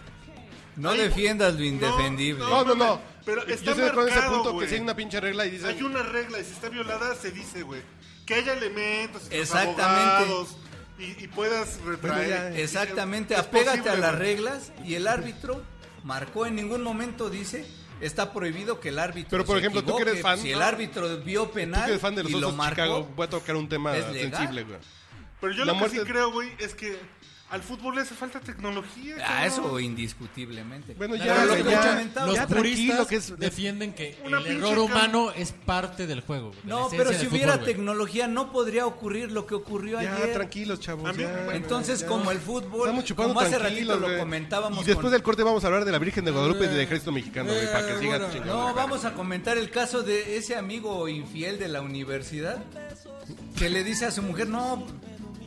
Speaker 4: No
Speaker 3: Ay,
Speaker 4: defiendas lo indefendible.
Speaker 1: No, no, no.
Speaker 3: Pero
Speaker 1: Yo
Speaker 3: está
Speaker 1: estoy de acuerdo en ese
Speaker 3: marcado,
Speaker 1: punto
Speaker 3: güey.
Speaker 1: que si hay una pinche regla y
Speaker 3: Hay
Speaker 1: dicen...
Speaker 3: una regla y si está violada se dice, güey. Que haya elementos, y los
Speaker 4: Exactamente.
Speaker 3: abogados y, y puedas retraer.
Speaker 1: ya,
Speaker 4: Exactamente,
Speaker 3: Es
Speaker 4: apégate
Speaker 3: posible,
Speaker 4: a las
Speaker 3: güey.
Speaker 4: reglas y el árbitro marcó en ningún momento dice está prohibido que el árbitro
Speaker 1: Pero, por
Speaker 4: se
Speaker 1: ejemplo, tú que
Speaker 4: equivoque.
Speaker 1: eres fan-
Speaker 4: si el árbitro vio
Speaker 1: Tú
Speaker 4: penal
Speaker 1: que eres fan de los
Speaker 4: y lo
Speaker 1: Osos de
Speaker 4: marcó
Speaker 1: Chicago, voy a tocar un tema
Speaker 4: ¿es legal?
Speaker 1: sensible, güey.
Speaker 3: Pero
Speaker 1: La
Speaker 3: yo lo que
Speaker 1: muerte-
Speaker 3: sí creo, güey, es que al fútbol le hace falta tecnología.
Speaker 4: ah,
Speaker 3: cabrón.
Speaker 4: eso indiscutiblemente
Speaker 1: Bueno,
Speaker 5: la
Speaker 1: ya,
Speaker 5: verdad es
Speaker 1: ya,
Speaker 5: que
Speaker 1: ya,
Speaker 5: mucha-
Speaker 4: comentaba.
Speaker 5: los
Speaker 1: ya tranquilo
Speaker 5: puristas
Speaker 1: que es...
Speaker 5: defienden que
Speaker 3: Una
Speaker 5: el
Speaker 3: pinche
Speaker 5: error
Speaker 3: cam-
Speaker 5: humano es parte del juego. güey, de la
Speaker 4: no
Speaker 5: esencia
Speaker 4: pero
Speaker 5: del
Speaker 4: si
Speaker 5: fútbol,
Speaker 4: hubiera
Speaker 5: güey.
Speaker 4: tecnología no podría ocurrir lo que ocurrió
Speaker 1: Ya,
Speaker 4: ayer
Speaker 1: tranquilos, chavos.
Speaker 3: A mí-
Speaker 1: ya.
Speaker 4: entonces como el fútbol
Speaker 1: Estamos chupando
Speaker 4: como hace ratito
Speaker 1: tranquilos,
Speaker 4: lo
Speaker 1: güey.
Speaker 4: comentábamos
Speaker 1: Y después
Speaker 4: con-
Speaker 1: del corte vamos a hablar de la Virgen de Guadalupe y del Ejército Mexicano, güey, para que sigas chingando.
Speaker 4: No, vamos a comentar el caso de ese amigo infiel de la universidad que le dice a su mujer, no,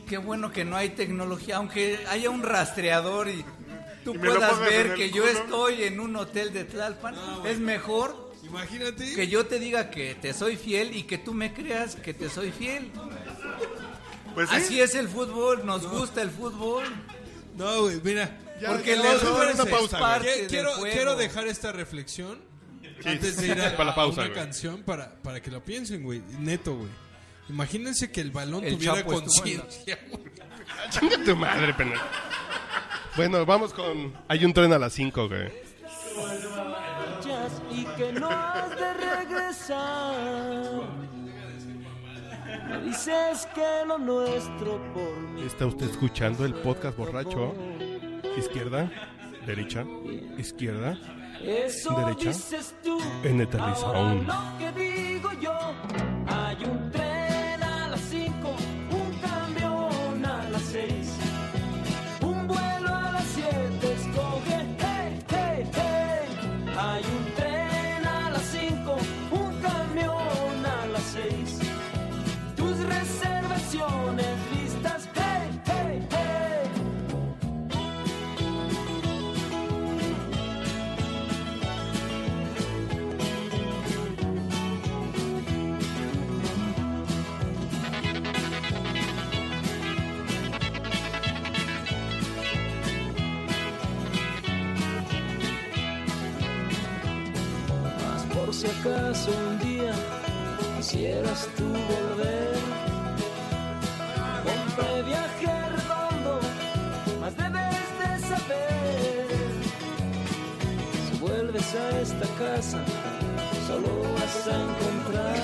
Speaker 4: qué bueno que no hay tecnología, aunque haya un rastreador y tú
Speaker 3: Y me lo
Speaker 4: puedas
Speaker 3: pongas en
Speaker 4: ver
Speaker 3: el
Speaker 4: que yo
Speaker 3: culo.
Speaker 4: estoy en un hotel de Tlalpan, es mejor
Speaker 6: Ah, Imagínate.
Speaker 4: que yo te diga que te soy fiel y que tú me creas que te soy fiel.
Speaker 3: Pues sí.
Speaker 4: Así es el fútbol, nos gusta el fútbol.
Speaker 6: No, güey, mira.
Speaker 1: Ya,
Speaker 4: Porque
Speaker 1: ya,
Speaker 4: el
Speaker 6: no,
Speaker 1: vamos a
Speaker 4: error
Speaker 1: hacer
Speaker 6: espérense.
Speaker 1: una pausa,
Speaker 4: es
Speaker 1: güey.
Speaker 4: parte del
Speaker 6: quiero,
Speaker 4: juego.
Speaker 6: quiero dejar esta reflexión
Speaker 1: Sí,
Speaker 6: antes de
Speaker 1: sí,
Speaker 6: ir a,
Speaker 1: sí, para la
Speaker 6: a
Speaker 1: pausa,
Speaker 6: una
Speaker 1: güey.
Speaker 6: canción para, para que lo piensen, güey. Neto, güey. Imagínense que el balón
Speaker 4: El
Speaker 6: tuviera
Speaker 4: Chapo estuvo en la-
Speaker 6: conciencia, güey.
Speaker 1: Chinga tu madre, penal. Bueno, vamos con. Hay un tren a las 5, güey.
Speaker 9: y que no has de regresar. Dices que lo nuestro por mi
Speaker 1: Está usted escuchando el podcast borracho. Izquierda, derecha, izquierda.
Speaker 9: Eso
Speaker 1: Derecha.
Speaker 9: dices tú.
Speaker 1: En Eternizado.
Speaker 9: Ahora lo que digo yo. Hay un tren a las 5, un camión a las 6, un vuelo a las 7. Escoge, hey, hey, hey. Hay un tren a las 5, un camión a las 6. Tus reservaciones listas, hey, hey, hey. Mas por si acaso un día quisieras tú volver. Compré viaje redondo, mas debes de saber. Si vuelves a esta casa, solo vas a encontrar.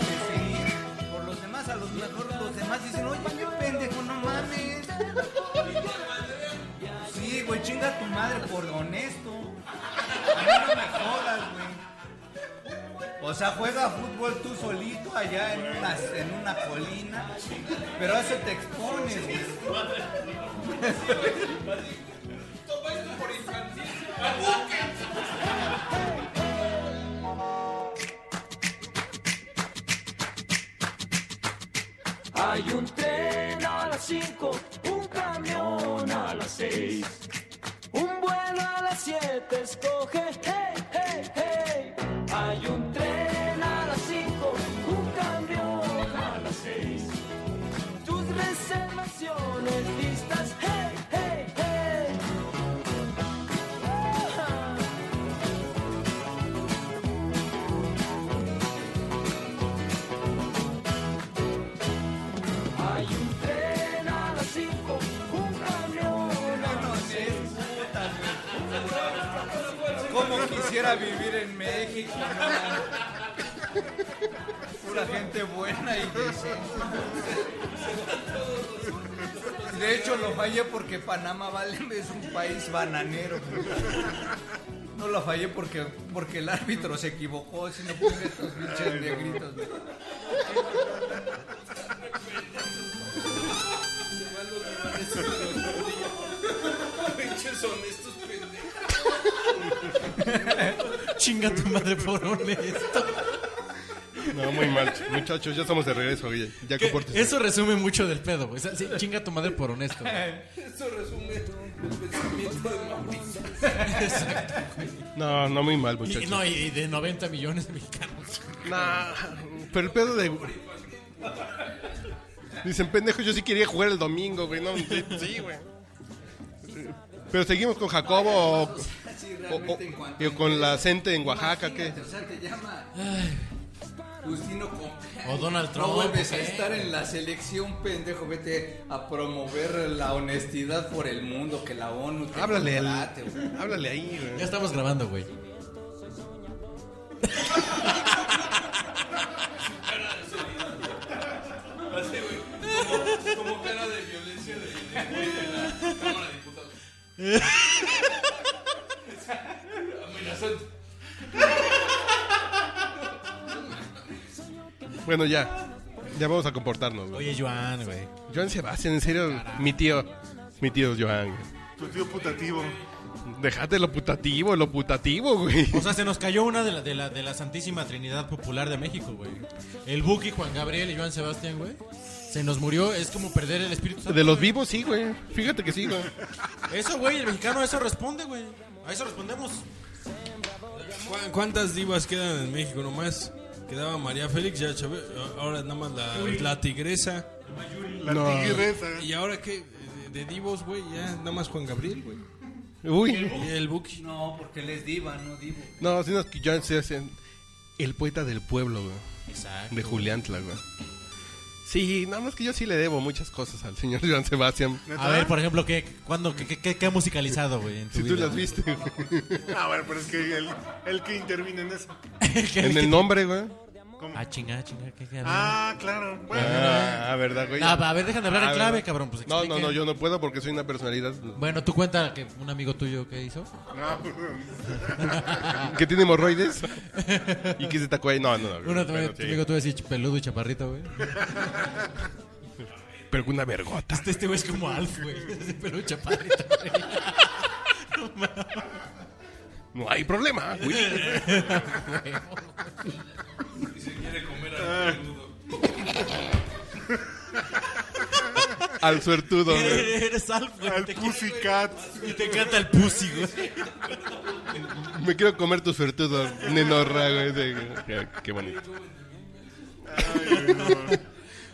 Speaker 4: Por los demás, a los mejor los demás dicen, oye, qué pendejo, no mames. Sí, güey, chinga a tu madre por honesto. A mí no me jodas, güey. O sea, juega fútbol tú solito allá en una, en una colina, pero a eso te expones, güey.
Speaker 9: Hay un tren a las 5, un camión a las 6, un vuelo a las 7, escoge, hey, hey, hey. Hay un tren a las 5, un camión a las 6, tus reservaciones listas, hey, hey, hey. Ah. Hay un tren a las 5, un camión a las 6.
Speaker 4: ¿Cómo quisiera vivir en México? no? Pura gente buena y decente. De hecho, lo fallé porque Panamá vale, es un país bananero. No lo fallé porque, porque el árbitro se equivocó, sino por estos pinches negritos. güey.
Speaker 5: Chinga tu madre por honesto.
Speaker 1: No, muy mal. Muchachos, ya estamos de regreso, oye. Ya
Speaker 5: Que
Speaker 1: compórtense.
Speaker 5: Eso resume mucho del pedo, güey. O sea, sí, chinga tu madre por honesto. güey.
Speaker 7: Eso resume el pensamiento de Mauricio.
Speaker 1: No, no muy mal,
Speaker 5: Y,
Speaker 1: muchachos.
Speaker 5: no, y- y de 90 millones de mexicanos.
Speaker 1: Nah, pero el pedo de. Dicen, pendejo, yo sí quería jugar el domingo, güey. No, sí, sí, güey. Pero seguimos con Jacobo o,
Speaker 4: Sí,
Speaker 1: o-
Speaker 4: realmente, en cuanto-
Speaker 1: o- o con la gente en Oaxaca, ¿qué?
Speaker 4: Imagínate, O sea, te llama Justino Coppel.
Speaker 5: O Donald Trump,
Speaker 4: No vuelves a
Speaker 5: ¿eh?
Speaker 4: estar en la selección, pendejo. Vete a promover la honestidad por el mundo, que la ONU te
Speaker 1: Háblale, al-
Speaker 4: contrate, güey.
Speaker 1: háblale ahí, güey.
Speaker 5: Ya estamos grabando, güey.
Speaker 7: Como cara de violencia de, de, de, la Cámara de Diputados. Amenazante.
Speaker 1: Bueno, ya. Ya vamos a comportarnos, güey.
Speaker 5: Oye, Joan, güey.
Speaker 1: Joan Sebastián, en serio, mi tío. Mi tío Joan, güey.
Speaker 3: Tu tío putativo.
Speaker 1: Dejate lo putativo, lo putativo, güey.
Speaker 5: O sea, se nos cayó una de la, de la, de la Santísima Trinidad Popular de México, güey. El Buki, Juan Gabriel y Joan Sebastián, güey. Se nos murió, es como perder el espíritu. Santo,
Speaker 1: De los
Speaker 5: güey.
Speaker 1: vivos, sí, güey. Fíjate que sí, güey.
Speaker 5: Eso, güey, el mexicano a eso responde, güey. A eso respondemos.
Speaker 6: ¿Cu- ¿Cuántas divas quedan en México nomás? Quedaba María Félix, ya Chávez, ahora nada más la, la tigresa.
Speaker 3: La tigresa.
Speaker 6: ¿Y ahora qué? De, de divos, güey, ya nada más Juan Gabriel, güey.
Speaker 1: Uy.
Speaker 6: Y el Buki.
Speaker 4: No, porque él es diva, no divo.
Speaker 1: No, sino que Joan Sebastián. El poeta del pueblo, güey.
Speaker 5: Exacto.
Speaker 1: De Julián güey. Sí, nada más que yo sí le debo muchas cosas al señor Joan Sebastián.
Speaker 3: ¿Neta?
Speaker 5: A ver, por ejemplo, ¿qué, cuándo, qué, qué- qué- qué ha musicalizado, güey? en tu
Speaker 1: Si tú
Speaker 5: vida?
Speaker 1: las viste.
Speaker 3: Ah, bueno, pero es que el, el que interviene en eso.
Speaker 1: en el nombre, güey.
Speaker 5: Ah, chinga, chinga, ¿qué, qué
Speaker 3: Ah, claro. Bueno,
Speaker 1: Ah, verdad, güey.
Speaker 5: Ah, a ver, dejan de hablar
Speaker 1: Ah,
Speaker 5: en clave,
Speaker 1: ¿verdad?
Speaker 5: cabrón. Pues,
Speaker 1: No, no,
Speaker 5: expliquen.
Speaker 1: no, yo no puedo porque soy una personalidad
Speaker 5: Bueno, tú cuenta que un amigo tuyo que hizo.
Speaker 1: que tiene hemorroides y que se tacó ahí. No, no, no.
Speaker 5: Uno,
Speaker 1: bueno,
Speaker 5: tu
Speaker 1: sí.
Speaker 5: amigo tuyo así peludo y chaparrito, güey.
Speaker 1: Pero con una vergota.
Speaker 5: Este, este güey es como Alf, güey. Ese peludo y chaparrito, güey.
Speaker 1: No hay problema, güey.
Speaker 7: Y se quiere comer al peludo.
Speaker 1: Ah. Al suertudo, güey.
Speaker 5: Eres, eres Alf, güey.
Speaker 3: al
Speaker 5: Te-
Speaker 3: Pussycat.
Speaker 5: Y te encanta el pussy, güey.
Speaker 1: Me quiero comer tu suertudo, nenorra, güey. Sí, güey. Qué, qué bonito.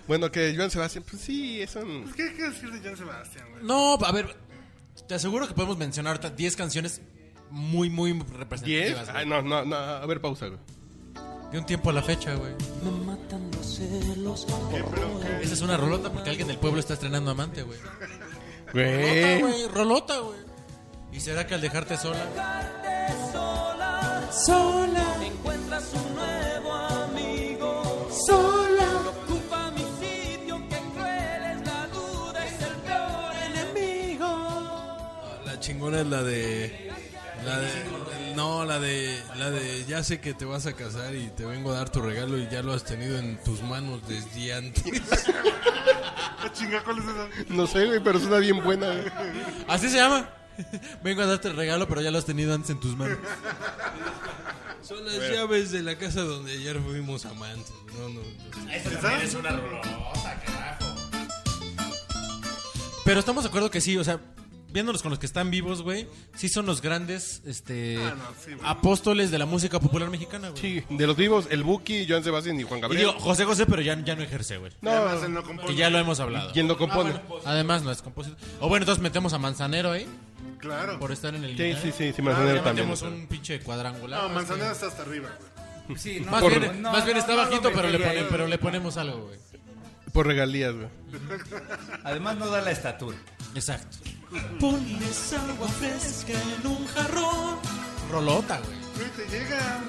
Speaker 1: Bueno, que Joan Sebastián, pues sí, es un...
Speaker 3: ¿Qué hay que decir de John Sebastián, güey?
Speaker 5: No, a ver. Te aseguro que podemos mencionar ahorita 10 canciones muy, muy
Speaker 1: ¿Diez?
Speaker 5: representativas.
Speaker 1: Ah,
Speaker 5: güey.
Speaker 1: no, no, no. A ver, pausa, güey.
Speaker 5: De un tiempo a la fecha, güey.
Speaker 9: Me matan los celos.
Speaker 5: Esa es una rolota porque alguien del pueblo está estrenando amante, güey. Rolota,
Speaker 1: Güey.
Speaker 5: güey. Rolota, güey. ¿Y será que al dejarte sola?
Speaker 9: sola, sola, encuentras un nuevo
Speaker 6: chingona es la de. La de. No, la de. La de. Ya sé que te vas a casar y te vengo a dar tu regalo y ya lo has tenido en tus manos desde antes.
Speaker 3: Ah, chinga, ¿cuál es esa?
Speaker 1: No sé, güey, pero es una bien buena. güey.
Speaker 5: Así se llama. Vengo a darte el regalo, pero ya lo has tenido antes en tus manos.
Speaker 6: Son las llaves de la casa donde ayer fuimos amantes. No, no.
Speaker 7: Esta también es una rosa, carajo.
Speaker 5: Pero estamos de acuerdo que sí, o sea, viéndonos con los que están vivos, güey, sí son los grandes este
Speaker 3: Ah, no, sí, güey.
Speaker 5: apóstoles de la música popular mexicana, güey.
Speaker 1: De los vivos, el Buki, Joan Sebastián y Juan
Speaker 5: Y
Speaker 1: Gabriel.
Speaker 5: digo, José José, pero ya, ya no ejerce, güey.
Speaker 3: No, además él no compone.
Speaker 5: Que ya lo hemos hablado.
Speaker 1: ¿Quién lo compone?
Speaker 5: Además, no es compositor. O bueno, entonces metemos a Manzanero ahí,
Speaker 3: Claro.
Speaker 5: por estar en el
Speaker 1: Sí,
Speaker 5: lineal.
Speaker 1: sí, sí, sí,
Speaker 5: Ah, Ya
Speaker 1: Manzanero también.
Speaker 5: metemos un pinche cuadrangular.
Speaker 3: No,
Speaker 5: así.
Speaker 3: Manzanera está hasta arriba, güey.
Speaker 4: Sí, no,
Speaker 5: Más
Speaker 4: no,
Speaker 5: bien,
Speaker 4: no,
Speaker 5: más bien
Speaker 4: no,
Speaker 5: está
Speaker 4: no lo
Speaker 5: bajito, pero, le
Speaker 4: metería
Speaker 5: pone-
Speaker 4: ahí.
Speaker 5: pero le ponemos algo, güey.
Speaker 1: Por regalías, güey.
Speaker 4: Además no da la estatura.
Speaker 5: Exacto. Ponles agua fresca en un jarrón. Rolota, güey.
Speaker 3: Güey, te llega.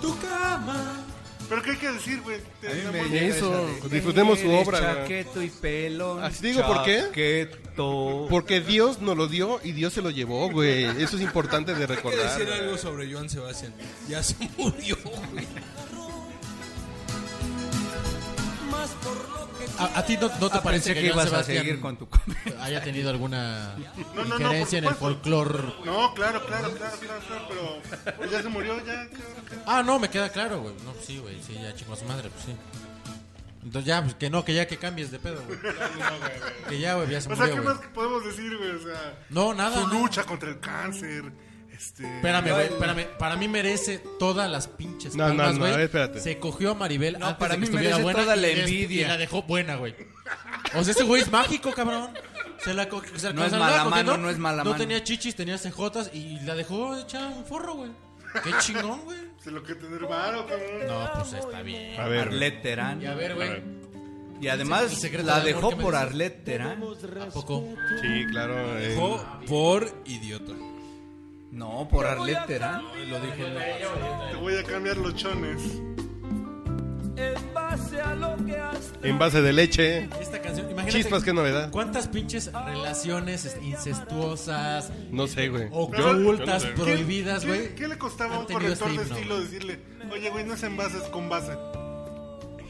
Speaker 5: Tu cama.
Speaker 3: Pero ¿qué hay que decir, güey? Te enamor-
Speaker 1: Eso, disfrutemos su
Speaker 4: Eres
Speaker 1: obra. güey.
Speaker 4: Chaqueto y pelón.
Speaker 1: Así digo, ¿por qué?
Speaker 4: Chaqueto.
Speaker 1: Porque Dios nos lo dio y Dios se lo llevó, güey. Eso es importante de
Speaker 6: Hay que
Speaker 1: recordar.
Speaker 6: decir algo sobre Joan Sebastián. Ya se murió, güey.
Speaker 5: A, a ti no, no te
Speaker 4: Ah, pensé
Speaker 5: parece
Speaker 4: que,
Speaker 5: que, Joan
Speaker 4: ibas
Speaker 5: Sebastián
Speaker 4: a seguir con tu comida.
Speaker 5: haya tenido alguna
Speaker 3: No, no, no,
Speaker 5: injerencia
Speaker 3: por
Speaker 5: en el
Speaker 3: supuesto.
Speaker 5: folclore.
Speaker 3: No, claro, claro, claro, claro, claro, pero pues, ya se murió, ya. claro, claro.
Speaker 5: Ah, no, me queda claro, güey. No, sí, güey. Sí, ya chingó a su madre, pues sí. Entonces ya, pues que no, que ya que cambies de pedo, güey. Que ya, güey, ya se
Speaker 3: O sea,
Speaker 5: murió,
Speaker 3: ¿qué
Speaker 5: güey.
Speaker 3: más que podemos decir, güey? O sea,
Speaker 5: No, nada.
Speaker 3: su
Speaker 5: nada.
Speaker 3: lucha contra el cáncer, este...
Speaker 5: Espérame, güey, espérame. Para mí merece todas las pinches
Speaker 1: No, no,
Speaker 5: palmas,
Speaker 1: no,
Speaker 5: güey.
Speaker 1: a ver, espérate.
Speaker 5: Se cogió a Maribel
Speaker 4: No,
Speaker 5: antes
Speaker 4: para
Speaker 5: de que
Speaker 4: mí
Speaker 5: estuviera
Speaker 4: merece
Speaker 5: buena
Speaker 4: toda
Speaker 5: y
Speaker 4: la
Speaker 5: des-
Speaker 4: envidia.
Speaker 5: Y la dejó buena, güey. O sea, este güey es mágico, cabrón. Se la co- se la-
Speaker 4: No es
Speaker 5: se la-
Speaker 4: mala
Speaker 5: porque
Speaker 4: mano, no es mala
Speaker 5: No
Speaker 4: mano.
Speaker 5: tenía chichis, tenía cejotas y la dejó hecha un forro, güey. Qué chingón, güey.
Speaker 3: Se Pues, lo que tener varo, cabrón.
Speaker 5: No, pues está bien.
Speaker 1: A ver,
Speaker 4: Arlet Terán.
Speaker 5: Y a ver, güey.
Speaker 4: Y además
Speaker 5: El secreto
Speaker 4: la
Speaker 5: del amor
Speaker 4: dejó
Speaker 5: que me
Speaker 4: por
Speaker 5: dices.
Speaker 4: Arlet Terán.
Speaker 5: ¿A poco?
Speaker 1: sí, claro. eh.
Speaker 6: Dejó por idiota.
Speaker 4: No, por Arlet Terán.
Speaker 5: Lo dijo el-
Speaker 3: Te voy a cambiar los chones.
Speaker 9: En base a lo que has
Speaker 1: Envase de leche.
Speaker 5: Esta canción, imagínate.
Speaker 1: Chispas, qué novedad.
Speaker 5: ¿Cuántas pinches relaciones este, incestuosas,
Speaker 1: No sé, güey.
Speaker 5: ocultas,
Speaker 3: ¿Qué-
Speaker 5: prohibidas,
Speaker 3: qué-
Speaker 5: güey?
Speaker 3: ¿Qué le costaba a
Speaker 5: han
Speaker 3: un
Speaker 5: tenido este
Speaker 3: corrector de
Speaker 5: himno,
Speaker 3: estilo
Speaker 5: güey?
Speaker 3: decirle, oye, güey, no es en base, es con base?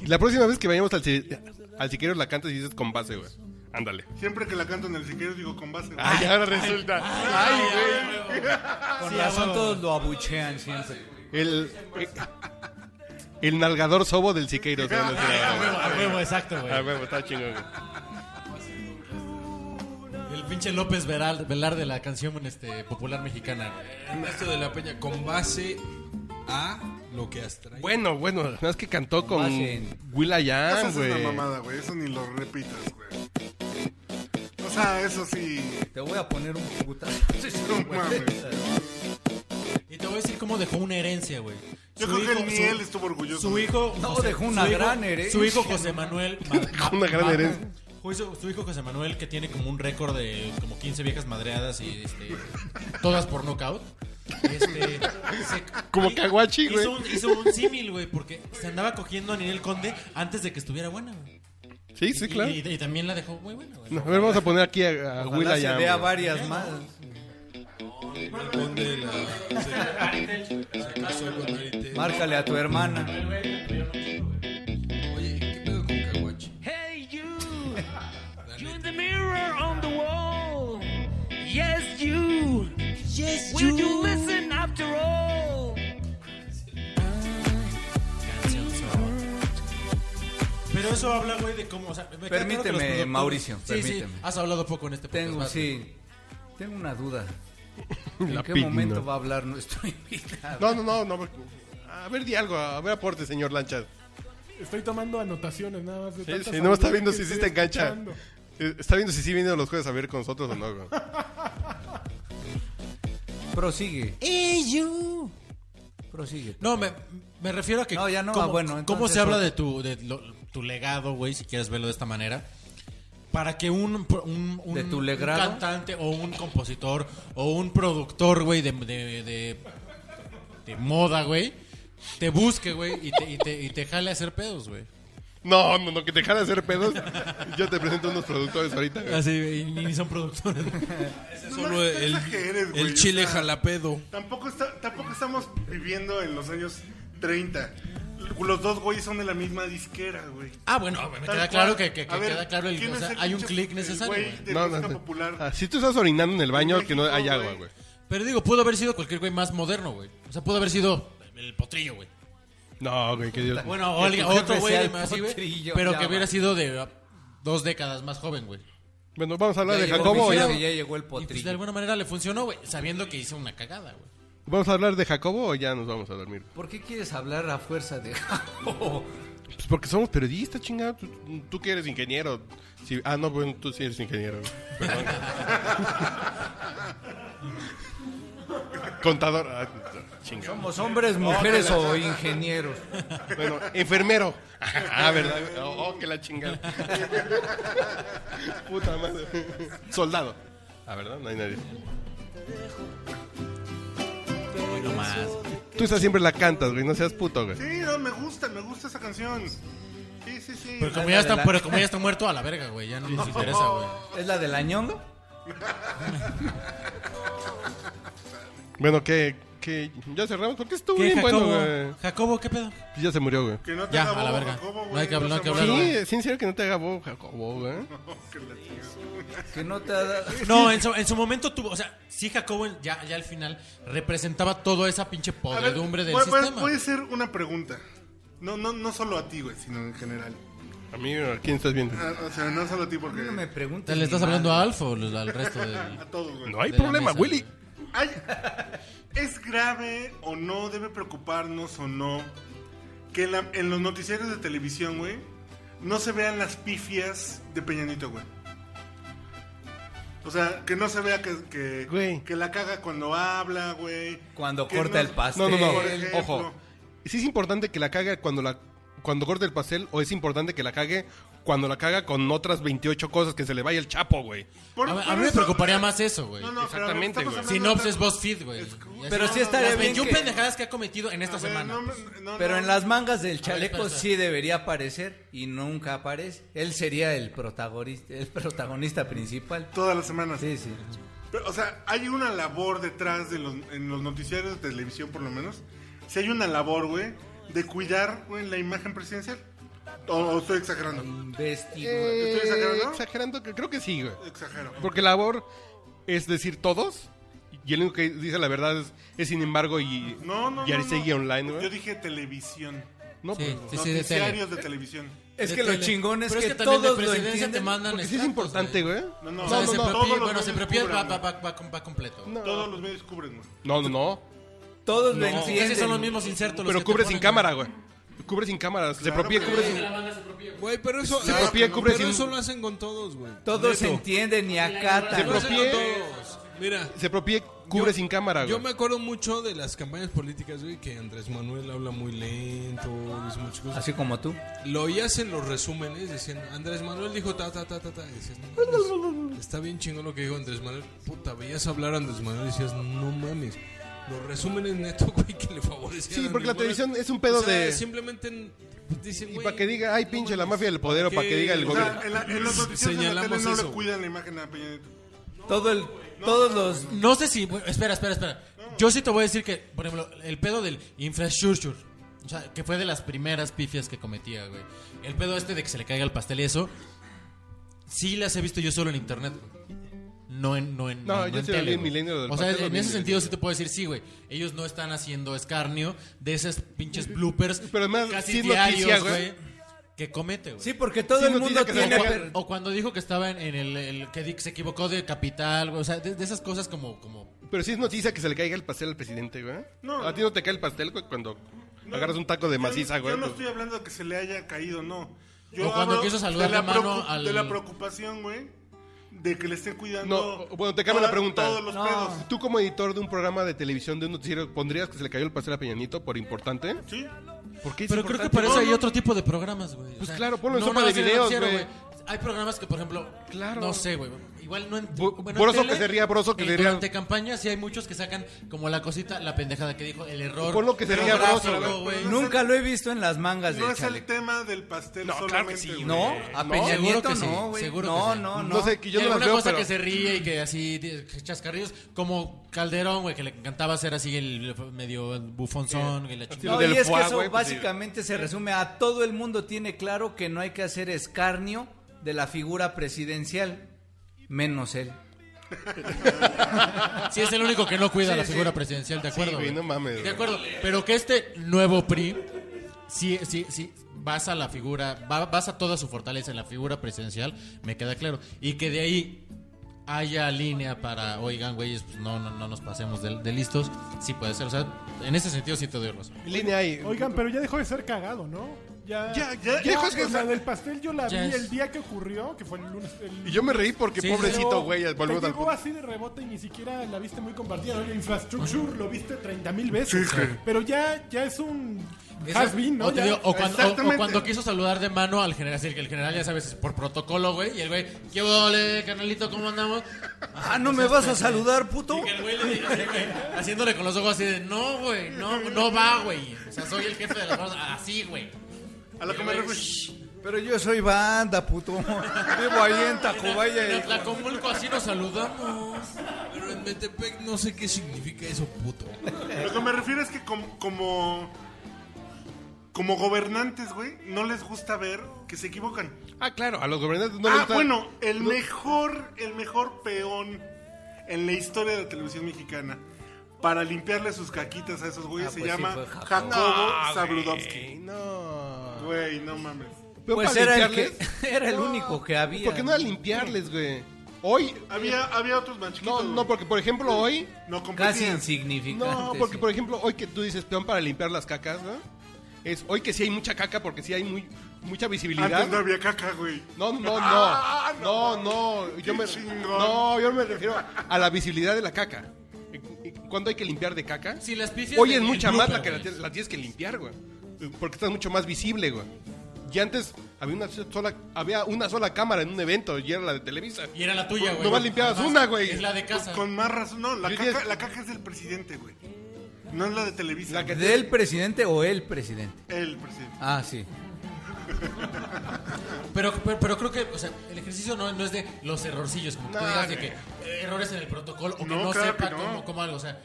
Speaker 1: La próxima vez que vayamos al, si- al siquero la cantas y dices con base, güey. Ándale.
Speaker 3: Siempre que la canto en el siquero digo con base, güey.
Speaker 1: Ay, ahora resulta. Ay, güey.
Speaker 4: Con razón todos lo abuchean siempre.
Speaker 1: El, el nalgador sobo del siqueiro. se llama ese,
Speaker 5: A
Speaker 1: güey.
Speaker 5: huevo, a huevo, exacto, güey.
Speaker 1: Ah, güey, está chingón, güey.
Speaker 5: El pinche López Veral- Velar de la canción este, popular mexicana. güey.
Speaker 6: Ernesto de la Peña, con base a lo que has traído.
Speaker 1: Bueno, bueno, nada más que cantó con
Speaker 4: base en-
Speaker 1: Will
Speaker 3: Eso
Speaker 1: Ayan,
Speaker 3: es una
Speaker 1: güey.
Speaker 3: mamada, güey. Eso ni lo repitas, güey. O sea, eso sí.
Speaker 4: Te voy a poner un putazo.
Speaker 3: No mames.
Speaker 5: Y te voy a decir cómo dejó una herencia, güey.
Speaker 3: Yo
Speaker 5: Su
Speaker 3: creo que
Speaker 5: hijo-
Speaker 3: el Niel
Speaker 5: su-
Speaker 3: estuvo orgulloso.
Speaker 5: Su hijo.
Speaker 4: No, dejó una
Speaker 5: su hijo-
Speaker 4: gran herencia.
Speaker 5: Su hijo José Manuel.
Speaker 1: Dejó una gran herencia.
Speaker 5: Su, su hijo José Manuel, que tiene como un récord de como 15 viejas madreadas y este, todas por nocaut. Este, se-
Speaker 1: Como Caguachi, güey.
Speaker 5: Hizo un, hizo un símil, güey, porque se andaba cogiendo a Ninel Conde antes de que estuviera buena, güey.
Speaker 1: Sí, sí,
Speaker 5: Y-
Speaker 1: claro.
Speaker 5: Y, y también la dejó muy buena, güey.
Speaker 1: No, a ver, vamos a poner aquí a, a Will
Speaker 4: Ojalá se
Speaker 1: Ayan.
Speaker 4: vea
Speaker 1: güey.
Speaker 4: varias más.
Speaker 6: Conde la- se, se casó con Maritel.
Speaker 4: Márcale a tu hermana.
Speaker 6: Oye, ¿qué pedo con Caguachi?
Speaker 9: Hey you, you in the mirror on the wall. Yes you, yes Will you. listen after all?
Speaker 5: Pero eso habla, güey, de cómo. O sea, me queda claro que los
Speaker 4: Permíteme,
Speaker 5: productores-
Speaker 4: Mauricio,
Speaker 5: Sí,
Speaker 4: permíteme.
Speaker 5: sí, has hablado poco en este podcast.
Speaker 4: Tengo,
Speaker 5: vas,
Speaker 4: sí. Tengo una duda.
Speaker 1: La
Speaker 4: ¿En qué
Speaker 1: pigna.
Speaker 4: momento va a hablar nuestro invitado?
Speaker 1: No, no, no, no. A ver, di algo. A ver, aporte, señor Lanchas.
Speaker 8: Estoy tomando anotaciones nada más. De
Speaker 1: Sí,
Speaker 8: tantas
Speaker 1: sí, no está
Speaker 8: anotaciones
Speaker 1: viendo
Speaker 8: que
Speaker 1: si sí
Speaker 8: estoy
Speaker 1: te engancha.
Speaker 8: escuchando.
Speaker 1: Eh, Está viendo si sí viene los jueves a ver con nosotros o no, güey.
Speaker 4: Prosigue.
Speaker 5: Hey, you.
Speaker 4: Prosigue.
Speaker 5: No, me, me refiero a que.
Speaker 4: No, ya no.
Speaker 5: ¿Cómo,
Speaker 4: Ah, bueno,
Speaker 5: cómo
Speaker 4: entonces-
Speaker 5: se habla de tu, de lo- tu legado, güey, si quieres verlo de esta manera? Para que un, un, un-
Speaker 4: ¿De tu
Speaker 5: un
Speaker 4: legrado?
Speaker 5: cantante o un compositor o un productor, güey, de, de, de, de moda, güey, te busque, güey, y te, y, te, y te jale a hacer pedos, güey.
Speaker 1: No, no, no, que te de hacer pedos. Yo te presento unos productores ahorita. güey.
Speaker 5: Así, y ni son productores.
Speaker 6: Ese es
Speaker 3: No,
Speaker 6: solo
Speaker 3: no
Speaker 6: el,
Speaker 3: exageres, güey,
Speaker 6: el chile
Speaker 3: o sea.
Speaker 6: jalapedo.
Speaker 3: Tampoco, está, tampoco estamos viviendo en los años 30. Los dos güeyes son de la misma disquera, güey.
Speaker 5: Ah, bueno, me
Speaker 3: Tal
Speaker 5: queda claro
Speaker 3: cual.
Speaker 5: que, que- que
Speaker 3: A ver,
Speaker 5: queda claro el,
Speaker 3: ¿quién
Speaker 5: o
Speaker 3: es
Speaker 5: sea,
Speaker 3: el
Speaker 5: hay un
Speaker 3: pinche-
Speaker 5: clic
Speaker 3: el
Speaker 5: necesario.
Speaker 3: güey
Speaker 5: güey.
Speaker 3: de
Speaker 1: No,
Speaker 3: música
Speaker 1: no, no.
Speaker 3: popular?
Speaker 1: Ah, si tú estás orinando en el baño, que no
Speaker 3: México,
Speaker 1: hay agua,
Speaker 3: güey.
Speaker 1: güey.
Speaker 5: Pero digo, pudo haber sido cualquier güey más moderno, güey. O sea, pudo haber sido el potrillo, güey.
Speaker 1: No, güey, que Dios.
Speaker 5: Bueno, o
Speaker 4: Que
Speaker 5: alguien-
Speaker 4: tu jefe
Speaker 5: otro
Speaker 4: sea
Speaker 5: güey
Speaker 4: el
Speaker 5: más así, güey.
Speaker 4: potrillo,
Speaker 5: Pero
Speaker 4: ya
Speaker 5: que
Speaker 4: va.
Speaker 5: hubiera sido de ah, dos décadas más joven, güey.
Speaker 1: Bueno, vamos a hablar
Speaker 4: Ya
Speaker 1: de
Speaker 4: llegó
Speaker 1: Jacobo. o
Speaker 4: Michelle,
Speaker 1: ya-
Speaker 4: que ya llegó el
Speaker 5: Y pues
Speaker 4: potrillo.
Speaker 5: de alguna manera le funcionó, güey. Sabiendo que hizo una cagada, güey.
Speaker 1: ¿Vamos a hablar de Jacobo o ya nos vamos a dormir?
Speaker 4: ¿Por qué quieres hablar a fuerza de Jacobo?
Speaker 1: Pues porque somos periodistas, chingado. Tú, tú que eres ingeniero. Sí, ah, no, bueno, tú sí eres ingeniero. güey. Perdón. Contador. ah, chingado.
Speaker 4: Somos hombres, mujeres o ingenieros.
Speaker 1: Bueno, enfermero. Ah, ¿verdad? Oh, oh, que la chingada. Puta madre. Soldado. Ah, ¿verdad? No hay nadie.
Speaker 5: Hoy no más.
Speaker 1: Tú estás siempre la cantas, güey. No seas puto, güey.
Speaker 3: Sí, no, me gusta, me gusta esa canción. Sí, sí, sí.
Speaker 5: Pero como,
Speaker 4: Dale,
Speaker 5: ya está,
Speaker 4: dale.
Speaker 5: pero como ya está muerto, a la verga, güey. Ya no nos interesa, güey.
Speaker 4: ¿Es la del añongo?
Speaker 1: Bueno, que, que ya cerramos porque estuvo
Speaker 5: ¿Qué,
Speaker 1: bien
Speaker 5: Jacobo?
Speaker 1: bueno, güey.
Speaker 5: Jacobo, ¿qué pedo?
Speaker 1: Ya se murió, güey.
Speaker 3: Que no te
Speaker 5: Ya,
Speaker 3: haga
Speaker 5: a la
Speaker 3: bobo,
Speaker 5: verga.
Speaker 3: Jacobo,
Speaker 5: No
Speaker 3: güey,
Speaker 5: hay que hablar,
Speaker 3: no
Speaker 5: hay que
Speaker 3: se
Speaker 5: hablar,
Speaker 3: muera.
Speaker 5: güey.
Speaker 1: Sí, es sincero que no te haga bobo, Jacobo, güey.
Speaker 3: Que la chingada.
Speaker 4: Que no te ha dado...
Speaker 5: No, en su, en su momento tuvo, o sea, sí Jacobo ya, ya al final representaba toda esa pinche
Speaker 3: A ver, pues,
Speaker 5: podredumbre del
Speaker 3: voy- voy-
Speaker 5: sistema.
Speaker 3: Voy a hacer una pregunta. No, no, no solo a ti, güey, sino en general.
Speaker 1: A mí, ¿a quién estás viendo?
Speaker 3: Ah, o sea, no solo a ti porque...
Speaker 4: No me
Speaker 5: ¿Te
Speaker 4: preguntes.
Speaker 5: ¿Le estás
Speaker 4: ni
Speaker 5: hablando
Speaker 4: madre.
Speaker 5: a Alfa o al resto del...
Speaker 3: A todos, güey.
Speaker 1: No hay
Speaker 5: de la
Speaker 1: problema,
Speaker 5: mesa,
Speaker 1: Willy.
Speaker 5: güey.
Speaker 3: Ay, ¿Es grave o no? ¿Debe preocuparnos o no? Que en, la- en los noticiarios de televisión, güey, no se vean las pifias de Peñanito, güey. O sea, que no se vea que, que,
Speaker 1: Güey.
Speaker 3: que la caga cuando habla, güey.
Speaker 4: Cuando
Speaker 3: Que
Speaker 4: corta el
Speaker 1: No, no,
Speaker 4: pastel.
Speaker 1: no.
Speaker 3: Por ejemplo.
Speaker 1: Ojo. Sí es importante que la cague cuando la cuando corte el pastel o es importante que la cague cuando la caga con otras 28 cosas que se le vaya el chapo, güey.
Speaker 3: Por-
Speaker 5: A, mí- a
Speaker 3: por
Speaker 5: mí
Speaker 3: eso-
Speaker 5: me
Speaker 3: eh,
Speaker 5: preocuparía más eso, güey.
Speaker 3: No, no, pero a ver,
Speaker 1: Exactamente,
Speaker 3: estamos
Speaker 1: güey.
Speaker 3: hablando
Speaker 4: pues,
Speaker 5: Sinopsis
Speaker 3: de-
Speaker 5: BuzzFeed, güey.
Speaker 3: Escucha,
Speaker 4: Pero sí
Speaker 3: no,
Speaker 4: estaría
Speaker 5: Las
Speaker 4: bien
Speaker 5: 21
Speaker 4: que-
Speaker 5: pendejadas que ha cometido en esta
Speaker 3: A ver,
Speaker 5: semana.
Speaker 3: no me- no,
Speaker 4: Pero
Speaker 3: no.
Speaker 4: en las mangas del chaleco
Speaker 5: espera,
Speaker 4: sí debería aparecer y nunca aparece. Él sería el protagonista, el protagonista principal.
Speaker 3: Todas las semanas.
Speaker 4: Sí, sí.
Speaker 3: Pero, o sea, hay una labor detrás de los, en los noticiarios de televisión, por lo menos. Si hay una labor, güey, de cuidar, güey, la imagen presidencial. O, o estoy exagerando.
Speaker 4: Investigo.
Speaker 1: Eh,
Speaker 3: ¿Estoy exagerando?
Speaker 1: exagerando que creo que sí, güey.
Speaker 3: Exagero.
Speaker 1: Porque la labor es decir todos y el único que dice la verdad es, es, sin embargo y
Speaker 3: No, no,
Speaker 1: y
Speaker 3: no,
Speaker 1: Aristegui
Speaker 3: no.
Speaker 1: online, güey.
Speaker 3: Yo dije televisión.
Speaker 1: No,
Speaker 5: Sí,
Speaker 1: pues,
Speaker 5: sí, sí, de tele.
Speaker 3: Noticiarios de televisión.
Speaker 4: Es
Speaker 5: De
Speaker 4: que lo
Speaker 5: tele.
Speaker 4: chingón es
Speaker 5: Pero
Speaker 4: que,
Speaker 5: también de
Speaker 4: todos lo
Speaker 5: presidencia te
Speaker 4: entienden.
Speaker 5: mandan
Speaker 1: porque sí es
Speaker 5: estatus, eh.
Speaker 1: importante,
Speaker 5: güey.
Speaker 1: güey.
Speaker 3: No, no,
Speaker 5: O sea,
Speaker 3: no,
Speaker 5: ese
Speaker 3: no,
Speaker 5: propio-
Speaker 3: todos los
Speaker 5: bueno,
Speaker 3: medios
Speaker 5: ese propio
Speaker 3: cubren,
Speaker 5: va,
Speaker 3: güey.
Speaker 5: va, va, va- va completo. güey.
Speaker 3: Todos los medios cubren, güey.
Speaker 1: No, no, no.
Speaker 4: Todos lo
Speaker 5: No,
Speaker 4: entienden.
Speaker 5: esos son los mismos insertos. los
Speaker 1: Pero
Speaker 5: que
Speaker 1: cubre
Speaker 5: te
Speaker 1: sin
Speaker 5: ponen,
Speaker 1: cámara, güey. Cubre sin cámara, se propia,
Speaker 3: pero-
Speaker 1: cubre sin
Speaker 6: Güey, pero eso,
Speaker 1: Se propia,
Speaker 6: pero
Speaker 1: cubre sin-
Speaker 6: eso lo hacen con todos, güey.
Speaker 4: Todos
Speaker 6: Neto.
Speaker 4: entienden y
Speaker 6: Se
Speaker 4: acatan.
Speaker 1: Pero-
Speaker 6: lo hacen con
Speaker 1: propie-
Speaker 6: todos. Mira,
Speaker 1: se propie, cubre
Speaker 6: Yo-
Speaker 1: sin cámara, Ah, güey.
Speaker 6: yo me acuerdo mucho de las campañas políticas, güey, que Andrés Manuel habla muy lento, dice muchas cosas.
Speaker 4: Así como tú.
Speaker 6: Lo oías en los resúmenes diciendo, Andrés Manuel dijo ta, ta, ta, ta, ta. y decías, "No mames, está bien chingón lo que dijo Andrés Manuel. Puta, veías hablar a Andrés Manuel y decías, no mames. Los resúmenes neto, güey, que le favorecían.
Speaker 1: Sí,
Speaker 6: a
Speaker 1: porque la
Speaker 6: Andrés
Speaker 1: televisión
Speaker 6: Manuel.
Speaker 1: es un pedo
Speaker 6: O sea,
Speaker 1: de-
Speaker 6: Simplemente n- pues, dicen,
Speaker 1: Y
Speaker 6: güey,
Speaker 1: para que diga, ay,
Speaker 6: no
Speaker 1: pinche la
Speaker 6: mames,
Speaker 1: mafia del poder, o para que diga el
Speaker 6: O
Speaker 3: O
Speaker 1: gobierno.
Speaker 3: sea, en, la- en los noticiarios de la tele
Speaker 6: Señalamos
Speaker 3: no le
Speaker 6: eso.
Speaker 3: cuidan la imagen a Peña Nieto.
Speaker 4: Todo el, todos los.
Speaker 5: güey. No sé si. bueno, espera, espera, espera. Yo sí te voy a decir que, por ejemplo, el pedo del infrastructure. O sea, que fue de las primeras pifias que cometía, güey. El pedo este de que se le caiga el pastel y eso. Sí las he visto yo solo en internet, güey. No en, no en,
Speaker 1: No, yo
Speaker 5: en
Speaker 1: sí lo vi
Speaker 5: tele,
Speaker 1: en
Speaker 5: güey.
Speaker 1: Milenio del
Speaker 5: O sea,
Speaker 1: pastel, lo
Speaker 5: en
Speaker 1: vi en
Speaker 5: ese sentido
Speaker 1: Milenio.
Speaker 5: sí te puedo decir, sí, güey. Ellos no están haciendo escarnio de esos pinches bloopers
Speaker 1: Pero además,
Speaker 5: casi
Speaker 1: sí es
Speaker 5: diarios,
Speaker 1: noticia, güey.
Speaker 5: güey, que comete, güey.
Speaker 4: Sí, porque todo
Speaker 1: Sí,
Speaker 4: el
Speaker 1: nos
Speaker 4: mundo
Speaker 1: dice que se
Speaker 4: tiene.
Speaker 5: O,
Speaker 1: encarga-
Speaker 4: per-
Speaker 5: o cuando dijo que estaba en, en el, el- que di- que se equivocó de capital, güey, o sea, de, de esas cosas como como
Speaker 1: Pero sí es noticia que se le caiga el pastel al presidente, güey.
Speaker 3: No.
Speaker 1: A ti no te cae el pastel, güey, cuando agarras un taco de
Speaker 3: Yo-
Speaker 1: maciza, güey.
Speaker 3: Yo no
Speaker 1: pues.
Speaker 3: estoy hablando de que se le haya caído, no. Yo
Speaker 5: O cuando
Speaker 3: hablo
Speaker 5: quiso saludar
Speaker 3: de la
Speaker 5: la mano
Speaker 3: preocu-
Speaker 5: al-
Speaker 3: de la preocupación, güey, de que le estén cuidando.
Speaker 1: No, bueno, te cambio la pregunta.
Speaker 3: Todos los
Speaker 4: No.
Speaker 3: pedos.
Speaker 1: Tú como editor de un programa de televisión, de un noticiero, ¿pondrías que se le cayó el pastel a Peñanito por importante?
Speaker 3: ¿Sí?
Speaker 1: ¿Por qué es
Speaker 5: Pero creo que
Speaker 1: importante?
Speaker 5: para eso
Speaker 1: No,
Speaker 5: hay
Speaker 1: no,
Speaker 5: otro tipo de programas, güey.
Speaker 1: Pues claro, ponlo en
Speaker 5: no
Speaker 1: sopa de
Speaker 5: nada más en el
Speaker 1: videos,
Speaker 5: noticiero,
Speaker 1: güey.
Speaker 5: Hay programas que, por ejemplo,
Speaker 3: Claro.
Speaker 5: no sé, güey. Igual no en
Speaker 1: Bu-
Speaker 5: bueno,
Speaker 1: Broso
Speaker 5: en tele,
Speaker 1: que se ría, Broso que
Speaker 5: eh,
Speaker 1: se ría.
Speaker 5: Durante campaña sí hay muchos que sacan como la cosita, la pendejada que dijo, el error.
Speaker 1: Pon lo que se
Speaker 5: pero
Speaker 1: ría,
Speaker 5: gráfico,
Speaker 1: Broso, güey.
Speaker 5: güey.
Speaker 3: No es
Speaker 4: Nunca lo he visto en las mangas
Speaker 3: No
Speaker 4: de
Speaker 3: es el
Speaker 4: chaleco.
Speaker 3: tema del pastel
Speaker 5: No, claro que
Speaker 3: solamente.
Speaker 5: sí,
Speaker 3: güey.
Speaker 4: No, a
Speaker 5: No,
Speaker 4: Peña
Speaker 5: seguro
Speaker 4: Nieto
Speaker 5: que sí,
Speaker 4: no, güey.
Speaker 5: seguro
Speaker 4: No,
Speaker 5: que sí.
Speaker 4: no, no.
Speaker 1: No sé, que yo
Speaker 5: Y
Speaker 1: no las
Speaker 5: alguna
Speaker 1: veo,
Speaker 5: cosa
Speaker 1: pero...
Speaker 5: que se ríe y que así di- chascarrillos como Calderón, güey, que le encantaba hacer así el medio bufonzón y la chingada.
Speaker 4: No,
Speaker 1: del
Speaker 4: y es
Speaker 1: foie,
Speaker 4: que eso
Speaker 1: güey, pues, sí.
Speaker 4: básicamente se resume a todo el mundo tiene claro que no hay que hacer escarnio de la figura presidencial, menos él.
Speaker 5: Sí, es el único que no cuida
Speaker 4: Sí,
Speaker 5: la
Speaker 4: sí.
Speaker 5: figura presidencial, de acuerdo.
Speaker 1: Sí, güey,
Speaker 5: güey.
Speaker 1: no mames,
Speaker 5: De
Speaker 1: güey.
Speaker 5: acuerdo. Pero que este nuevo PRI, sí, sí, sí, basa la figura, va- basa toda su fortaleza en la figura presidencial, me queda claro. Y que de ahí haya línea para, oigan, güeyes, pues no, no, no nos pasemos de, de listos, sí puede ser. O sea, en ese sentido sí te doy razón.
Speaker 1: Línea ahí.
Speaker 8: Oigan, pero ya dejó de ser cagado, ¿no? Ya,
Speaker 3: Ya, ya, dejó de
Speaker 8: o sea,
Speaker 3: ser-
Speaker 8: del pastel yo la
Speaker 5: Ya
Speaker 8: vi
Speaker 5: es-
Speaker 8: el día que ocurrió, que fue el lunes. el-
Speaker 1: Y yo me reí porque
Speaker 5: Sí,
Speaker 1: pobrecito,
Speaker 8: Pero
Speaker 1: güey, volvemos
Speaker 8: Te
Speaker 1: al
Speaker 8: llegó
Speaker 1: punto.
Speaker 8: así de rebote y ni siquiera la viste muy compartida. Oye, Infrastructure lo viste 30 mil veces.
Speaker 3: Sí, sí.
Speaker 8: Pero ya, ya es un
Speaker 5: Esa-
Speaker 8: has been, ¿no?
Speaker 5: O, te
Speaker 8: Ya-
Speaker 5: digo, o cuando, o- o
Speaker 3: Exactamente.
Speaker 5: cuando quiso saludar de mano al general, así que el general ya sabes, por protocolo, güey, y el güey, ¿qué ole, carnalito, cómo andamos?
Speaker 4: Ah,
Speaker 5: pues
Speaker 4: ¿no me vas a saludar, puto?
Speaker 5: Y que el güey le diga así, güey, haciéndole con los ojos así de, no, güey, no, no va, güey. O sea, soy el jefe de las cosas, así, güey.
Speaker 3: A lo que me
Speaker 5: Güey,
Speaker 3: refiero.
Speaker 4: Pero yo soy banda, puto. Vivo ahí en
Speaker 5: En
Speaker 4: Tacubaya. y-
Speaker 5: Atlacomulco así nos saludamos.
Speaker 6: Pero en Metepec no sé qué significa eso, puto.
Speaker 3: Lo que me refiero es que como, como, como gobernantes, güey, no les gusta ver que se equivocan.
Speaker 1: Ah, claro, a los gobernantes no les
Speaker 3: ah,
Speaker 1: gusta-
Speaker 3: bueno, el mejor, el mejor peón en la historia de la televisión mexicana para limpiarle sus caquitas a esos güeyes
Speaker 4: Ah,
Speaker 3: se
Speaker 4: pues sí,
Speaker 3: llama
Speaker 4: fue Jacobo.
Speaker 3: Jacobo
Speaker 1: Ah, güey,
Speaker 3: Zabludovsky.
Speaker 1: No.
Speaker 3: Güey, no mames.
Speaker 1: Pero
Speaker 4: Pues
Speaker 1: para
Speaker 4: era el, que,
Speaker 1: limpiarles-
Speaker 4: era el
Speaker 1: No,
Speaker 4: único que había.
Speaker 1: ¿Por qué no a limpiarles, güey? Hoy.
Speaker 3: Había, había otros más
Speaker 1: No,
Speaker 3: chiquitos,
Speaker 1: no,
Speaker 3: güey.
Speaker 1: porque por ejemplo hoy.
Speaker 3: no competían.
Speaker 4: Casi insignificante.
Speaker 1: No, porque
Speaker 4: sí.
Speaker 1: por ejemplo hoy que tú dices peón para limpiar las cacas, ¿no? Es hoy que sí hay mucha caca porque sí hay muy, mucha visibilidad.
Speaker 3: Antes Ah, no había caca, güey.
Speaker 1: No, no, no.
Speaker 3: Ah,
Speaker 1: no, no. Yo
Speaker 3: Qué
Speaker 1: me,
Speaker 3: chingón.
Speaker 1: no, yo me refiero a la visibilidad de la caca. ¿Cuándo hay que limpiar de caca?
Speaker 5: Si las pifias
Speaker 1: Hoy
Speaker 5: del-
Speaker 1: es
Speaker 5: del
Speaker 1: mucha más
Speaker 5: blooper,
Speaker 1: la que la
Speaker 5: güey.
Speaker 1: tienes, la tienes que limpiar, güey. Porque estás mucho más visible, güey. Y antes había una sola, había una sola cámara en un evento y era la de Televisa.
Speaker 5: Y era la tuya, güey.
Speaker 1: No más limpiabas
Speaker 5: Además,
Speaker 1: una, güey.
Speaker 5: Es la de casa.
Speaker 3: Con más razón. No, la
Speaker 1: Yo
Speaker 3: caca,
Speaker 1: diría-
Speaker 3: la caca es del presidente, güey. No es la de Televisa.
Speaker 1: La que-
Speaker 4: ¿Del presidente o el presidente?
Speaker 3: El presidente.
Speaker 4: Ah, sí.
Speaker 5: Pero, pero, pero creo que, o sea, el ejercicio no, no es de los errorcillos, como que tú
Speaker 1: No,
Speaker 5: digas de
Speaker 1: güey.
Speaker 5: que eh, errores en el protocolo o que
Speaker 3: No,
Speaker 5: no,
Speaker 3: claro
Speaker 5: sepa
Speaker 3: que no.
Speaker 5: cómo, cómo algo, o sea.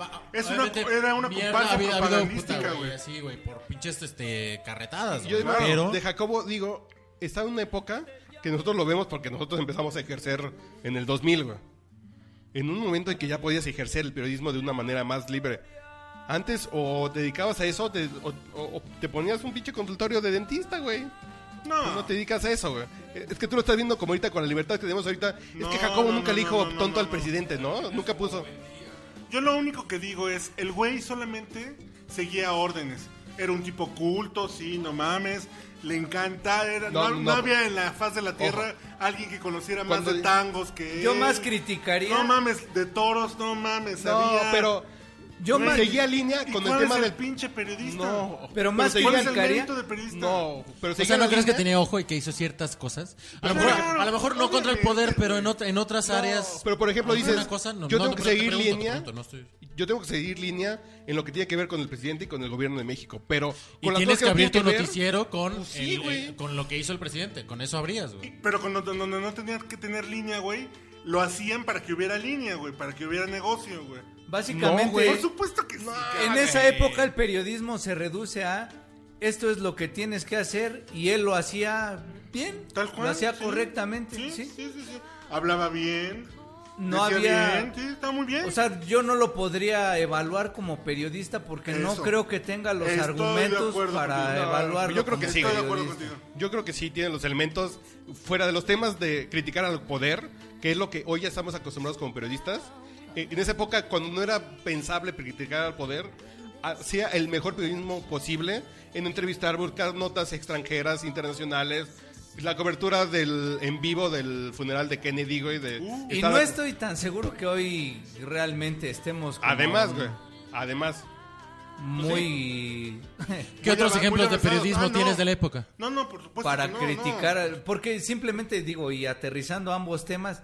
Speaker 5: va-
Speaker 3: Es una-
Speaker 5: obviamente,
Speaker 3: era una
Speaker 5: mierda
Speaker 3: comparsa
Speaker 5: habido- habido,
Speaker 3: propagandística,
Speaker 5: puta,
Speaker 3: güey.
Speaker 5: Así, güey, por pinches este, carretadas.
Speaker 1: Yo
Speaker 5: güey.
Speaker 1: de,
Speaker 3: Claro.
Speaker 1: pero- de Jacobo digo, está en una época que nosotros lo vemos porque nosotros empezamos a ejercer en el 2000, güey. En un momento en que ya podías ejercer el periodismo de una manera más libre. Antes o te dedicabas a eso te- o, o- o te ponías un pinche consultorio de dentista, güey.
Speaker 3: No.
Speaker 1: Pues No te dedicas a eso, güey. Eh, Es que tú lo estás viendo como ahorita con la libertad que tenemos ahorita.
Speaker 3: No,
Speaker 1: es que Jacobo
Speaker 3: no,
Speaker 1: nunca
Speaker 3: no,
Speaker 1: le dijo
Speaker 3: no, no,
Speaker 1: tonto
Speaker 3: no,
Speaker 1: al
Speaker 3: no.
Speaker 1: presidente, ¿no? Nunca puso.
Speaker 3: Yo lo único que digo es, el güey solamente seguía órdenes. Era un tipo culto, sí, no mames. Le encanta, era-
Speaker 1: No,
Speaker 3: no,
Speaker 1: no.
Speaker 3: no había en la faz de la tierra alguien que conociera más
Speaker 1: Cuando-
Speaker 3: de tangos que
Speaker 4: Yo
Speaker 3: él.
Speaker 4: más criticaría.
Speaker 3: No mames, de toros, no mames,
Speaker 1: No,
Speaker 3: había-
Speaker 1: pero
Speaker 4: yo
Speaker 3: Güey,
Speaker 4: más-
Speaker 1: seguía línea
Speaker 3: ¿Y
Speaker 1: con el
Speaker 3: cuál
Speaker 1: tema
Speaker 3: es el
Speaker 1: del
Speaker 3: pinche periodista?
Speaker 1: No,
Speaker 4: Pero más
Speaker 1: seguía-
Speaker 3: ¿Cuál es el
Speaker 4: Brincaría.
Speaker 3: mérito de periodista?
Speaker 1: No, pero
Speaker 5: O sea,
Speaker 1: seguía
Speaker 5: ¿no
Speaker 1: la
Speaker 5: crees que
Speaker 1: línea.
Speaker 5: tenía ojo y que hizo ciertas cosas? A lo
Speaker 3: Claro,
Speaker 5: mejor, a lo mejor no contra el poder,
Speaker 3: obviamente,
Speaker 5: pero en, otra- en otras áreas.
Speaker 1: Pero por ejemplo
Speaker 5: ¿Alguna
Speaker 1: dices,
Speaker 5: cosa? No,
Speaker 1: yo
Speaker 5: no,
Speaker 1: tengo que
Speaker 5: pero te
Speaker 1: seguir
Speaker 5: pregunto, te
Speaker 1: línea,
Speaker 5: pregunto, no estoy-
Speaker 1: yo tengo que seguir línea en lo que tiene que ver con el presidente y con el gobierno de México, pero
Speaker 5: Y
Speaker 1: con las
Speaker 5: tienes
Speaker 1: cosas
Speaker 5: que abrir tu
Speaker 1: no tienen que ver-
Speaker 5: noticiero con,
Speaker 1: Pues sí,
Speaker 5: el- el-
Speaker 1: güey.
Speaker 5: con lo que hizo el presidente. Con eso abrías,
Speaker 3: Y-
Speaker 5: güey.
Speaker 3: Pero cuando donde no tenías que tener línea, güey, lo hacían para que hubiera línea, güey, para que hubiera negocio, güey.
Speaker 4: Básicamente,
Speaker 1: No, güey.
Speaker 3: Por supuesto que sí. cabrón.
Speaker 4: en esa época el periodismo se reduce a esto es lo que tienes que hacer y él lo hacía bien.
Speaker 3: Tal cual.
Speaker 4: Lo hacía
Speaker 3: sí.
Speaker 4: correctamente.
Speaker 3: Sí,
Speaker 4: ¿sí?
Speaker 3: sí, sí, sí. Hablaba bien.
Speaker 4: No
Speaker 3: decía
Speaker 4: había-
Speaker 3: Bien, sí, estaba muy bien.
Speaker 4: O sea, yo no lo podría evaluar como periodista porque no
Speaker 3: Eso.
Speaker 4: creo que tenga los
Speaker 3: Estoy de
Speaker 4: argumentos
Speaker 3: acuerdo
Speaker 4: para
Speaker 3: contigo. No,
Speaker 4: evaluarlo.
Speaker 1: yo creo que
Speaker 4: como
Speaker 1: sí,
Speaker 3: Estoy de acuerdo
Speaker 4: periodista.
Speaker 3: contigo.
Speaker 1: Yo creo que sí tiene los elementos fuera de los temas de criticar al poder, que es lo que hoy ya estamos acostumbrados como periodistas. Eh, En esa época, cuando no era pensable criticar al poder, hacía el mejor periodismo posible en entrevistar, buscar notas extranjeras, internacionales, la cobertura del en vivo del funeral de Kennedy, güey. De,
Speaker 5: Uh,
Speaker 4: Y
Speaker 1: estaba-
Speaker 4: no estoy tan seguro que hoy realmente estemos como-
Speaker 1: Además, güey. Además.
Speaker 4: muy
Speaker 3: Pues
Speaker 5: ¿Qué
Speaker 3: Muy
Speaker 5: otros
Speaker 3: ava-
Speaker 5: ejemplos
Speaker 3: muy
Speaker 5: de
Speaker 3: avanzado.
Speaker 5: periodismo
Speaker 3: Ah, no.
Speaker 5: tienes de la época?
Speaker 3: No, no, por supuesto.
Speaker 4: para
Speaker 3: Pues que no, no.
Speaker 4: criticar, al- porque simplemente digo, y aterrizando ambos temas,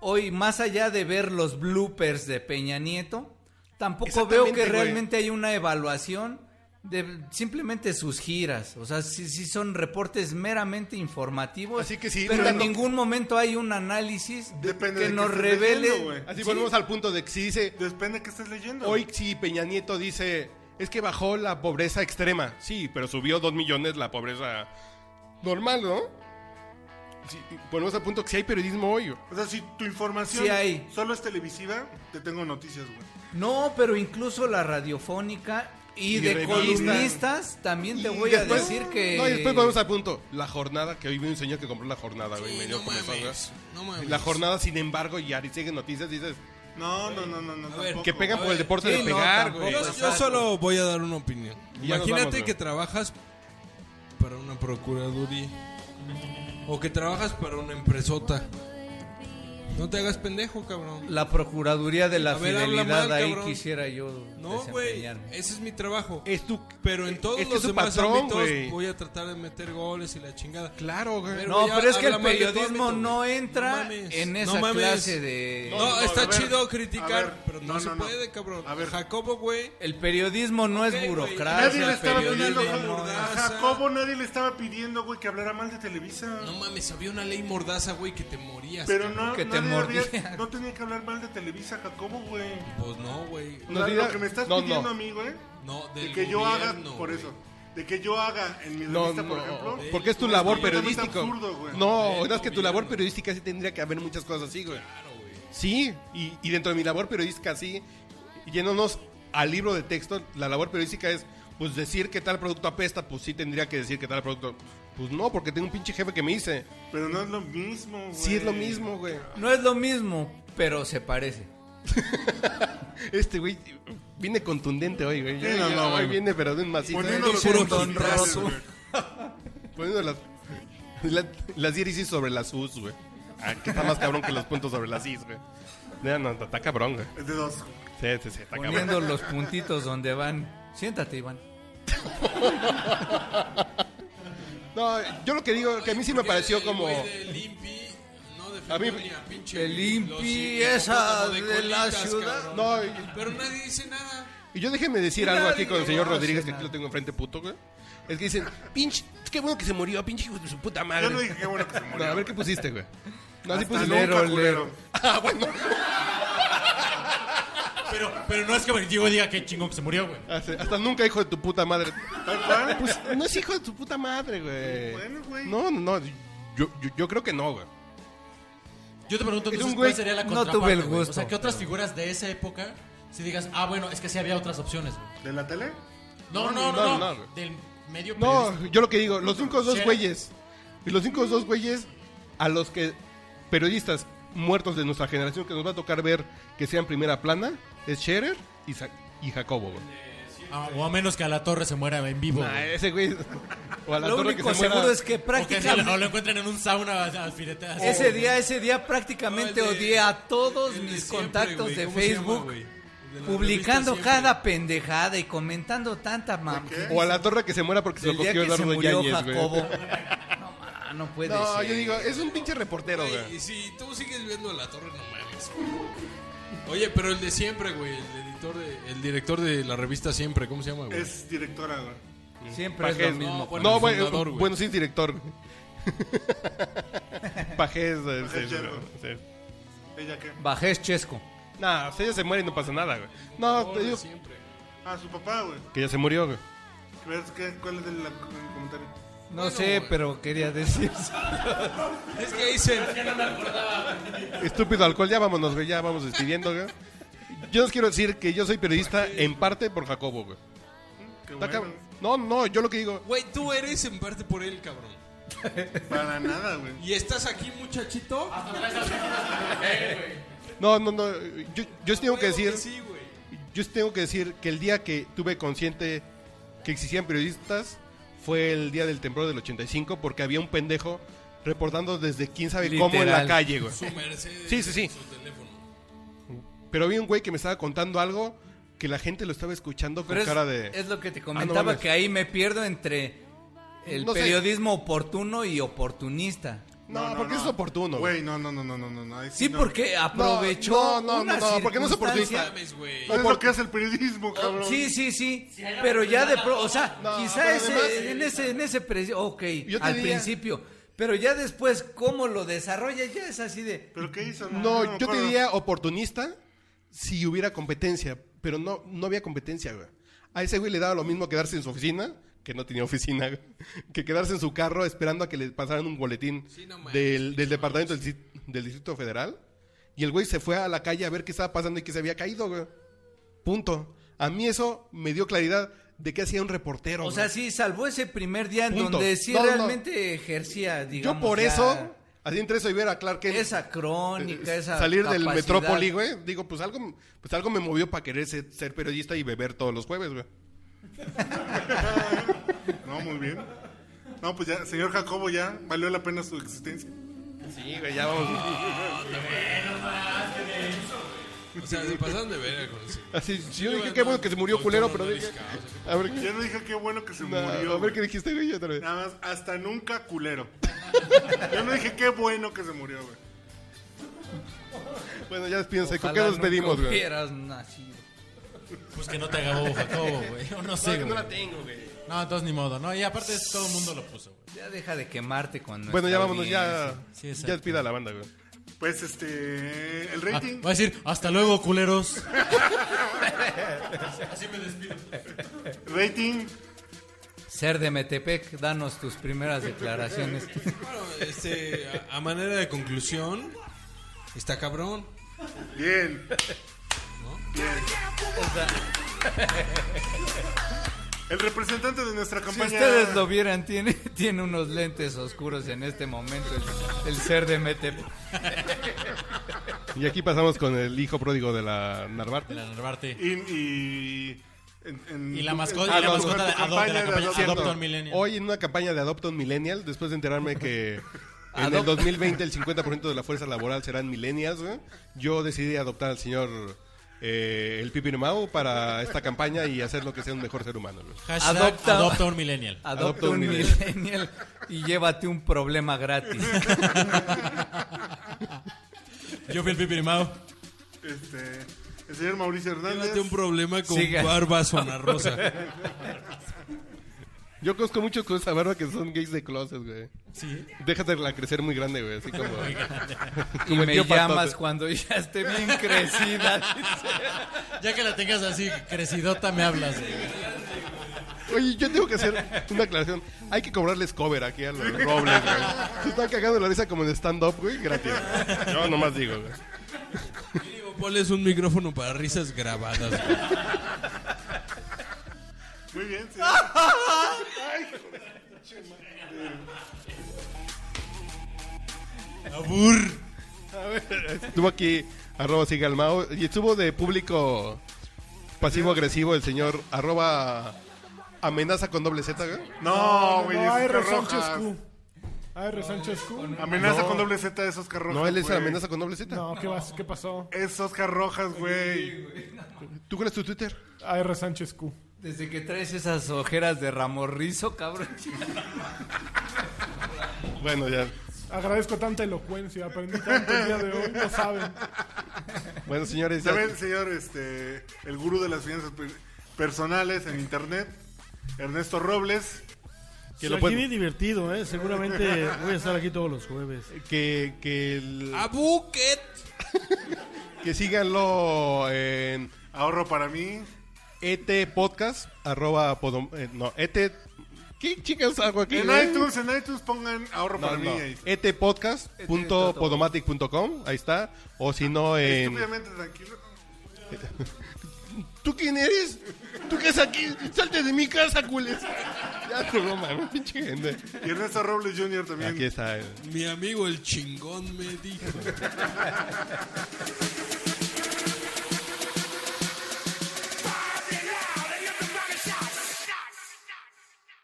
Speaker 4: hoy más allá de ver los bloopers de Peña Nieto, tampoco veo que
Speaker 3: Exactamente, güey.
Speaker 4: realmente hay una evaluación de simplemente sus giras, o sea, sí, sí son reportes meramente informativos,
Speaker 1: Así que sí,
Speaker 4: pero en
Speaker 1: no-
Speaker 4: ningún momento hay un análisis
Speaker 3: Depende
Speaker 4: que
Speaker 3: de qué
Speaker 4: nos
Speaker 3: estés
Speaker 4: revele
Speaker 3: leyendo, güey.
Speaker 1: Así
Speaker 4: Sí.
Speaker 1: volvemos al punto de que si dice,
Speaker 3: Depende de qué estés leyendo.
Speaker 1: hoy si Peña Nieto dice, es que bajó la pobreza extrema. Sí, pero subió dos millones la pobreza normal, ¿no? Sí, volvemos al punto que si hay periodismo hoy.
Speaker 3: O sea, si tu información
Speaker 4: Sí hay.
Speaker 3: solo es televisiva, te tengo noticias, güey.
Speaker 4: No, pero incluso la radiofónica y,
Speaker 1: Y
Speaker 4: de
Speaker 1: revista.
Speaker 4: columnistas también te
Speaker 1: Y
Speaker 4: voy
Speaker 1: después-
Speaker 4: a decir que
Speaker 1: No, y después volvemos al punto. La jornada, que hoy vi un señor que compró la jornada, güey.
Speaker 6: Sí,
Speaker 1: me dio
Speaker 6: no
Speaker 1: comezón,
Speaker 6: mames,
Speaker 1: ¿verdad?
Speaker 6: no mames.
Speaker 1: La jornada, sin embargo, y ahí siguen noticias, dices,
Speaker 3: No, no, no, no, no.
Speaker 6: ver,
Speaker 3: tampoco.
Speaker 1: que pegan
Speaker 6: a
Speaker 1: por el
Speaker 6: ver.
Speaker 1: deporte
Speaker 4: Sí,
Speaker 1: de
Speaker 4: no,
Speaker 1: pegar,
Speaker 4: tampoco.
Speaker 1: güey.
Speaker 6: Yo, yo
Speaker 4: Exacto.
Speaker 6: solo voy a dar una opinión.
Speaker 1: Y ya nos
Speaker 6: Imagínate
Speaker 1: vamos,
Speaker 6: que
Speaker 1: güey.
Speaker 6: trabajas para una procuraduría o que trabajas para una empresota. No te hagas pendejo, cabrón.
Speaker 4: La Procuraduría de la
Speaker 6: A ver, habla
Speaker 4: Fidelidad,
Speaker 6: mal,
Speaker 4: ahí
Speaker 6: cabrón.
Speaker 4: quisiera yo
Speaker 6: No, güey.
Speaker 4: desempeñarme.
Speaker 6: Ese es mi trabajo.
Speaker 1: Es tu...
Speaker 6: Pero en todos
Speaker 1: Este es
Speaker 6: los
Speaker 1: su
Speaker 6: demás
Speaker 1: patrón,
Speaker 6: ámbitos
Speaker 1: güey.
Speaker 6: voy a tratar de meter goles y la chingada.
Speaker 1: Claro, güey.
Speaker 6: Pero,
Speaker 4: No,
Speaker 6: Eh, güey,
Speaker 4: pero es que el
Speaker 6: habla mal de todo
Speaker 4: periodismo
Speaker 6: ámbito,
Speaker 4: no
Speaker 6: güey.
Speaker 4: entra
Speaker 6: mames,
Speaker 4: en
Speaker 6: no
Speaker 4: esa
Speaker 6: mames.
Speaker 4: clase de...
Speaker 6: No,
Speaker 3: no,
Speaker 6: está
Speaker 3: a ver,
Speaker 6: chido
Speaker 3: a
Speaker 6: criticar,
Speaker 3: ver,
Speaker 6: pero no,
Speaker 3: no,
Speaker 6: se
Speaker 3: no, no.
Speaker 6: puede, cabrón.
Speaker 3: A ver.
Speaker 6: Jacobo, güey.
Speaker 4: El periodismo no
Speaker 6: Ok,
Speaker 4: es
Speaker 6: güey.
Speaker 3: Nadie
Speaker 4: burocracia,
Speaker 3: le
Speaker 4: el
Speaker 3: estaba
Speaker 4: periodismo
Speaker 3: pidiendo,
Speaker 4: no
Speaker 3: a
Speaker 4: es...
Speaker 6: mordaza.
Speaker 3: Jacobo nadie le estaba pidiendo, güey, que hablara mal de Televisa.
Speaker 6: No mames, había una ley mordaza, güey, que te morías.
Speaker 3: Pero
Speaker 6: cabrón.
Speaker 3: no,
Speaker 4: que te
Speaker 3: nadie habría-
Speaker 4: mordía.
Speaker 3: no tenía que hablar mal de Televisa, Jacobo, güey.
Speaker 6: Pues no, güey.
Speaker 3: O
Speaker 1: No
Speaker 3: sea,
Speaker 1: diga-
Speaker 3: lo que me estás
Speaker 1: no, no.
Speaker 3: pidiendo a mí, güey,
Speaker 6: No,
Speaker 3: de
Speaker 6: del
Speaker 3: que yo haga,
Speaker 6: gobierno,
Speaker 3: por
Speaker 6: güey.
Speaker 3: eso, de que yo haga en mi
Speaker 1: No,
Speaker 3: revista,
Speaker 1: no,
Speaker 3: por ejemplo.
Speaker 1: porque es tu
Speaker 3: es
Speaker 1: labor
Speaker 3: completamente
Speaker 1: periodística.
Speaker 3: absurdo,
Speaker 1: no,
Speaker 3: güey.
Speaker 6: Del
Speaker 1: es que tu
Speaker 6: gobierno.
Speaker 1: labor periodística sí tendría que haber muchas cosas así, güey. Sí, y, y dentro de mi labor periodística sí, yéndonos al libro de texto, la labor periodística es, pues decir que tal producto apesta, pues sí tendría que decir que tal producto... Pues no, porque tengo un pinche jefe que me dice.
Speaker 3: pero no es lo mismo, güey.
Speaker 1: Sí es lo mismo, güey.
Speaker 4: No es lo mismo, pero se parece.
Speaker 1: Este güey viene contundente hoy, güey.
Speaker 3: Sí, no, no,
Speaker 1: hoy
Speaker 3: bueno.
Speaker 1: viene, pero de un macizo.
Speaker 3: Poniendo los
Speaker 4: Puro
Speaker 3: puntos
Speaker 4: quitazo.
Speaker 3: centrales, güey.
Speaker 1: Poniendo las, la- las diéresis sobre las U's, güey. Ah, que está más cabrón que los puntos sobre las I's, güey. No, no, está cabrón, güey.
Speaker 3: Es de dos.
Speaker 1: Sí, sí, sí, está cabrón.
Speaker 4: Poniendo los puntitos donde van. Siéntate, Iván.
Speaker 1: No, yo lo que digo, que a mí sí me pareció
Speaker 6: El
Speaker 1: como...
Speaker 6: güey del Impi no defendió
Speaker 1: A mí-
Speaker 6: ni a pinche
Speaker 4: el
Speaker 6: los
Speaker 4: Impi,
Speaker 6: hipopótamos
Speaker 4: esa
Speaker 6: de
Speaker 4: de la
Speaker 6: colitas,
Speaker 4: ciudad.
Speaker 6: cabrón.
Speaker 1: No, y-
Speaker 6: Pero nadie dice nada.
Speaker 1: Y yo déjeme decir algo aquí con el señor
Speaker 4: Nadie
Speaker 1: Rodríguez,
Speaker 4: hace
Speaker 1: que aquí
Speaker 4: nada.
Speaker 1: lo tengo enfrente, puto, güey. Es que dicen, pinche, qué bueno que se murió, pinche hijo de su puta madre.
Speaker 3: Yo no dije qué bueno que se murió.
Speaker 1: No, a ver qué pusiste, güey. No, así
Speaker 3: Hasta
Speaker 1: pusiste.
Speaker 3: nunca,
Speaker 4: Lero,
Speaker 3: culero.
Speaker 4: lero.
Speaker 1: Ah, bueno.
Speaker 5: Pero, pero no es que Diego diga que chingón que se murió, güey.
Speaker 1: Hasta, hasta nunca, hijo de tu puta madre.
Speaker 3: Tal cual.
Speaker 1: Pues no es hijo de tu puta madre, güey.
Speaker 3: Bueno, güey.
Speaker 1: No, no, no. Yo, yo, yo creo que no, güey.
Speaker 5: Yo te pregunto,
Speaker 1: Es
Speaker 5: entonces,
Speaker 1: un güey-
Speaker 5: ¿cuál sería la
Speaker 4: no
Speaker 5: contraparte,
Speaker 4: tuve el
Speaker 5: güey?
Speaker 4: gusto.
Speaker 5: O sea, ¿qué otras figuras de esa época, si digas, ah, bueno, es que sí había otras opciones, güey?
Speaker 3: ¿De la tele?
Speaker 5: No,
Speaker 1: no,
Speaker 5: no,
Speaker 1: no,
Speaker 5: no, no,
Speaker 1: güey.
Speaker 5: Del medio
Speaker 1: No,
Speaker 5: periodístico.
Speaker 1: yo lo que digo, los únicos dos
Speaker 5: Sí.
Speaker 1: güeyes. Y los únicos dos güeyes a los que periodistas muertos de nuestra generación que nos va a tocar ver que sean primera plana es Scherer y, Sa- y Jacobo, güey.
Speaker 5: Ah, o a menos que a la torre se muera en vivo.
Speaker 1: Nah,
Speaker 5: güey.
Speaker 1: ese güey. O a la
Speaker 4: Lo
Speaker 1: torre que
Speaker 4: único
Speaker 1: se muera.
Speaker 4: seguro es que
Speaker 5: O que se- o
Speaker 4: prácticamente...
Speaker 5: lo encuentren en un sauna alfileteado.
Speaker 4: Ese día, ese día prácticamente
Speaker 6: No, el de-
Speaker 4: odié a todos
Speaker 6: el de
Speaker 4: mis
Speaker 6: siempre,
Speaker 4: contactos
Speaker 6: güey.
Speaker 4: de
Speaker 6: ¿Cómo se llama,
Speaker 4: Facebook
Speaker 6: güey? El de la
Speaker 4: publicando
Speaker 6: revista siempre.
Speaker 4: cada pendejada y comentando tanta mamá.
Speaker 1: O a la torre que se muera porque se lo
Speaker 4: El día
Speaker 1: cogió
Speaker 4: que se
Speaker 1: Eduardo
Speaker 4: murió
Speaker 1: Yáñez, güey.
Speaker 4: Jacobo. No, ma, no puede
Speaker 1: No,
Speaker 4: ser.
Speaker 1: yo digo, es un pinche reportero,
Speaker 6: Güey,
Speaker 1: güey.
Speaker 6: Y si tú sigues viendo a la torre, no mames. güey. Oye, pero el de siempre, güey. El editor, de- el director de la revista siempre, ¿cómo se llama, güey?
Speaker 3: Es directora, güey.
Speaker 4: Siempre es lo
Speaker 1: Pajés,
Speaker 4: mismo.
Speaker 6: bueno,
Speaker 1: No,
Speaker 6: el
Speaker 1: bueno,
Speaker 6: fundador, güey.
Speaker 1: bueno, sí, director. güey. Pajés. eh, sí,
Speaker 3: Pajés
Speaker 1: sí,
Speaker 3: Yergo.
Speaker 1: sí.
Speaker 3: ¿Ella qué?
Speaker 4: Bajés Chesco.
Speaker 1: Nah, o sea, ella se muere y no pasa nada, güey. No, te digo
Speaker 6: siempre.
Speaker 3: Ah, su papá, güey.
Speaker 1: que ya se murió, güey.
Speaker 3: ¿Ves qué? ¿Cuál es el, la- el comentario?
Speaker 4: No sé, pero quería decir.
Speaker 6: Es que dicen.
Speaker 1: Estúpido alcohol, ya vámonos, güey, ya vamos despidiendo, güey. Yo les quiero decir que yo soy periodista en parte por Jacobo, güey.
Speaker 3: Qué
Speaker 1: Está
Speaker 3: bueno.
Speaker 1: cabrón. No, no, yo lo que digo.
Speaker 6: Güey, tú eres en parte por él, cabrón.
Speaker 3: Para nada, güey.
Speaker 6: Y estás aquí, muchachito.
Speaker 1: No, no, no. Yo, yo sí tengo que
Speaker 6: Huevo
Speaker 1: decir.
Speaker 6: Sí, güey.
Speaker 1: Yo sí tengo que decir que el día que tuve consciente que existían periodistas fue el día del temblor del 85 porque había un pendejo reportando desde quién sabe cómo en la
Speaker 4: Literal.
Speaker 1: calle, güey.
Speaker 6: Tu Mercedes.
Speaker 1: Sí, sí, sí.
Speaker 6: Su teléfono.
Speaker 1: Pero había un güey que me estaba contando algo que la gente lo estaba escuchando con
Speaker 4: Pero es,
Speaker 1: cara de...
Speaker 4: es lo que te
Speaker 1: Ah, no
Speaker 4: comentaba,
Speaker 1: mames.
Speaker 4: que ahí me pierdo entre el
Speaker 1: No sé.
Speaker 4: periodismo oportuno y oportunista.
Speaker 1: No, porque es oportuno. güey.
Speaker 3: Güey, no, no, no, no, no, no, no. ahí
Speaker 4: Sí,
Speaker 3: no.
Speaker 4: porque aprovechó.
Speaker 1: no, no,
Speaker 4: una
Speaker 1: no, no, porque no es oportunista.
Speaker 4: circunstancia-
Speaker 6: Mames, güey.
Speaker 3: No es lo que hace el periodismo, cabrón.
Speaker 4: Sí, sí, sí. Pero ya de pro, o sea,
Speaker 1: No, pero
Speaker 4: quizá ese-
Speaker 1: además-
Speaker 4: en ese, en ese pre- ok,
Speaker 1: Yo te
Speaker 4: al
Speaker 1: diría-
Speaker 4: principio. Pero ya después, cómo lo desarrolla, ya es así de.
Speaker 3: ¿Pero qué hizo?
Speaker 1: No,
Speaker 3: yo Ah, me
Speaker 1: yo te
Speaker 3: acuerdo.
Speaker 1: diría oportunista si hubiera competencia, pero no, no había competencia, güey. A ese güey le daba lo mismo quedarse en su oficina, que no tenía oficina, güey, que quedarse en su carro esperando a que le pasaran un boletín
Speaker 6: no mames,
Speaker 1: del, del departamento del, Dist- del Distrito Federal. Y el güey se fue a la calle a ver qué estaba pasando y que se había caído, güey. Punto. A mí eso me dio claridad de qué hacía un reportero.
Speaker 4: O
Speaker 1: güey.
Speaker 4: sea, sí, salvo ese primer día en
Speaker 1: Punto.
Speaker 4: donde sí
Speaker 1: No, no.
Speaker 4: realmente ejercía, digamos.
Speaker 1: yo por
Speaker 4: ya
Speaker 1: eso, así entre eso y ver a Clark Kent
Speaker 4: Esa crónica,
Speaker 1: Eh,
Speaker 4: esa.
Speaker 1: salir del
Speaker 4: capacidad.
Speaker 1: metrópoli, güey. Digo, pues algo, pues algo me movió para querer ser, ser periodista y beber todos los jueves, güey.
Speaker 3: No, muy bien. No, pues ya, señor Jacobo, ya valió la pena su existencia.
Speaker 1: Sí, güey, ya vamos.
Speaker 6: O sea, se pasaron de verga con ese.
Speaker 1: Así, sí, yo dije, qué bueno que se murió culero, pero dije, a ver,
Speaker 3: Ya no dije qué bueno que se
Speaker 1: na-
Speaker 3: murió.
Speaker 1: a ver
Speaker 3: güey.
Speaker 1: qué dijiste, güey, otra vez.
Speaker 3: Nada más, hasta nunca culero. Yo no dije qué bueno que se murió, güey.
Speaker 1: Bueno, ya despídense, ¿con qué
Speaker 4: Ojalá
Speaker 1: nos
Speaker 4: nunca
Speaker 1: pedimos, güey?
Speaker 4: hubieras nacido.
Speaker 5: Pues que no te acabó Jacobo, güey. Yo no sé, güey.
Speaker 1: tengo, güey.
Speaker 5: No, entonces ni modo, ¿no? Y aparte todo el mundo lo puso, güey.
Speaker 4: Ya deja de quemarte cuando.
Speaker 1: Bueno, ya vámonos, ya,
Speaker 5: Sí, exacto.
Speaker 1: ya despida la banda, güey.
Speaker 3: Pues este. El
Speaker 5: Ah,
Speaker 3: rating.
Speaker 5: va a decir, hasta luego, culeros.
Speaker 3: Rating.
Speaker 4: Ser de Metepec, danos tus primeras declaraciones.
Speaker 6: Bueno, este, a, a manera de conclusión, está cabrón.
Speaker 3: Bien. Bien. El representante de nuestra
Speaker 4: Si
Speaker 3: campaña.
Speaker 4: ustedes lo vieran, tiene, tiene unos lentes oscuros en este momento el, el ser de Metepec.
Speaker 1: Y aquí pasamos con el hijo pródigo de la Narvarte.
Speaker 5: De la Narvarte.
Speaker 3: Y, y, en- en-
Speaker 5: Y la mascota-
Speaker 3: en-
Speaker 5: y la
Speaker 3: en-
Speaker 5: mascota de
Speaker 3: en tu
Speaker 5: Adopt- de la campaña
Speaker 3: Adopt-
Speaker 5: Adopt- Adopton Millennial.
Speaker 1: Hoy en una campaña de Adopton Millennial, después de enterarme que en el
Speaker 4: Adopt-
Speaker 1: 2020 el 50% de la fuerza laboral serán millennials, güey, yo decidí adoptar al señor eh, el Pipirimao para esta campaña y hacer lo que sea un mejor ser humano. güey.
Speaker 5: Hashtag
Speaker 4: Adopta-
Speaker 5: adopta, un millennial.
Speaker 4: Adopta
Speaker 1: Adopta
Speaker 4: un
Speaker 1: un millennial.
Speaker 4: millennial y llévate un problema gratis.
Speaker 5: Yo fui el pipirimao.
Speaker 3: este, el señor Mauricio Hernández.
Speaker 6: Llévate un problema con
Speaker 4: Siga.
Speaker 6: barba sonarrosa.
Speaker 1: Yo conozco muchos con esa barba que son gays de closet, güey.
Speaker 5: Sí.
Speaker 1: Déjatela crecer muy grande, güey, así como...
Speaker 4: y
Speaker 1: como el
Speaker 4: Ah, me
Speaker 1: tío
Speaker 4: llamas
Speaker 1: Patote.
Speaker 4: cuando ya esté bien crecida.
Speaker 5: Ya que la tengas así crecidota, me hablas. güey.
Speaker 1: Oye, yo tengo que hacer una aclaración. Hay que cobrarles cover aquí a los robles, güey. Se están cagando la risa como en stand-up, güey, gratis. Yo nomás digo, güey.
Speaker 6: Digo, ponles un micrófono para risas grabadas. güey.
Speaker 3: Muy bien, señor.
Speaker 1: Estuvo aquí arroba siga al Mao y estuvo de público pasivo-agresivo el señor arroba amenaza con doble Z, güey.
Speaker 3: No, güey,
Speaker 8: No,
Speaker 3: es
Speaker 8: R.
Speaker 3: Oscar
Speaker 8: Sánchez
Speaker 3: Rojas.
Speaker 8: Q. R. Sánchez Q.
Speaker 3: Amenaza con doble Z es Oscar Rojas.
Speaker 1: No, él es
Speaker 3: güey.
Speaker 1: amenaza con doble Z.
Speaker 8: No, ¿qué, vas, ¿qué pasó?
Speaker 3: Es Oscar Rojas, güey.
Speaker 1: ¿Tú cuál es tu Twitter?
Speaker 8: AR Sánchez Q.
Speaker 4: Desde que traes esas ojeras de ramorrizo, cabrón.
Speaker 1: Bueno, ya.
Speaker 8: Agradezco tanta elocuencia, aprendí tanto el día de hoy, no saben.
Speaker 1: Bueno, señores, ya.
Speaker 3: ¿Saben, señor, este, el gurú de las finanzas per- personales en internet? Ernesto Robles.
Speaker 1: que,
Speaker 10: Lo
Speaker 1: lo pueden-
Speaker 10: divertido, ¿eh? Seguramente voy a estar aquí todos los jueves.
Speaker 1: que, que, el-
Speaker 6: ¡A Bucket!
Speaker 1: que síganlo en
Speaker 3: Ahorro para mí.
Speaker 1: et podcast arroba podom- eh, no, et ¿Qué chicas hago aquí?
Speaker 3: En
Speaker 1: güey?
Speaker 3: iTunes, en iTunes pongan ahorro
Speaker 1: No,
Speaker 3: para mí.
Speaker 1: no. E
Speaker 3: ahí está.
Speaker 1: etpodcast.podomatic.com, ahí está. O si no, en.
Speaker 3: Estúpidamente tranquilo.
Speaker 1: ¿Tú quién eres? ¿Tú qué haces aquí? Salte de mi casa, cules. Ya, no, no, mames, pinche gente.
Speaker 3: Y Ernesto Robles Jr. también.
Speaker 1: Aquí está. eh.
Speaker 6: Mi amigo el chingón me dijo.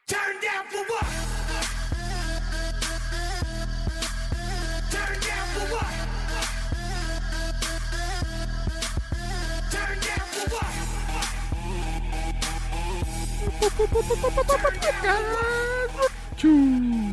Speaker 9: Turn down for what? Turn down for what? Turn down for what?
Speaker 10: Chu.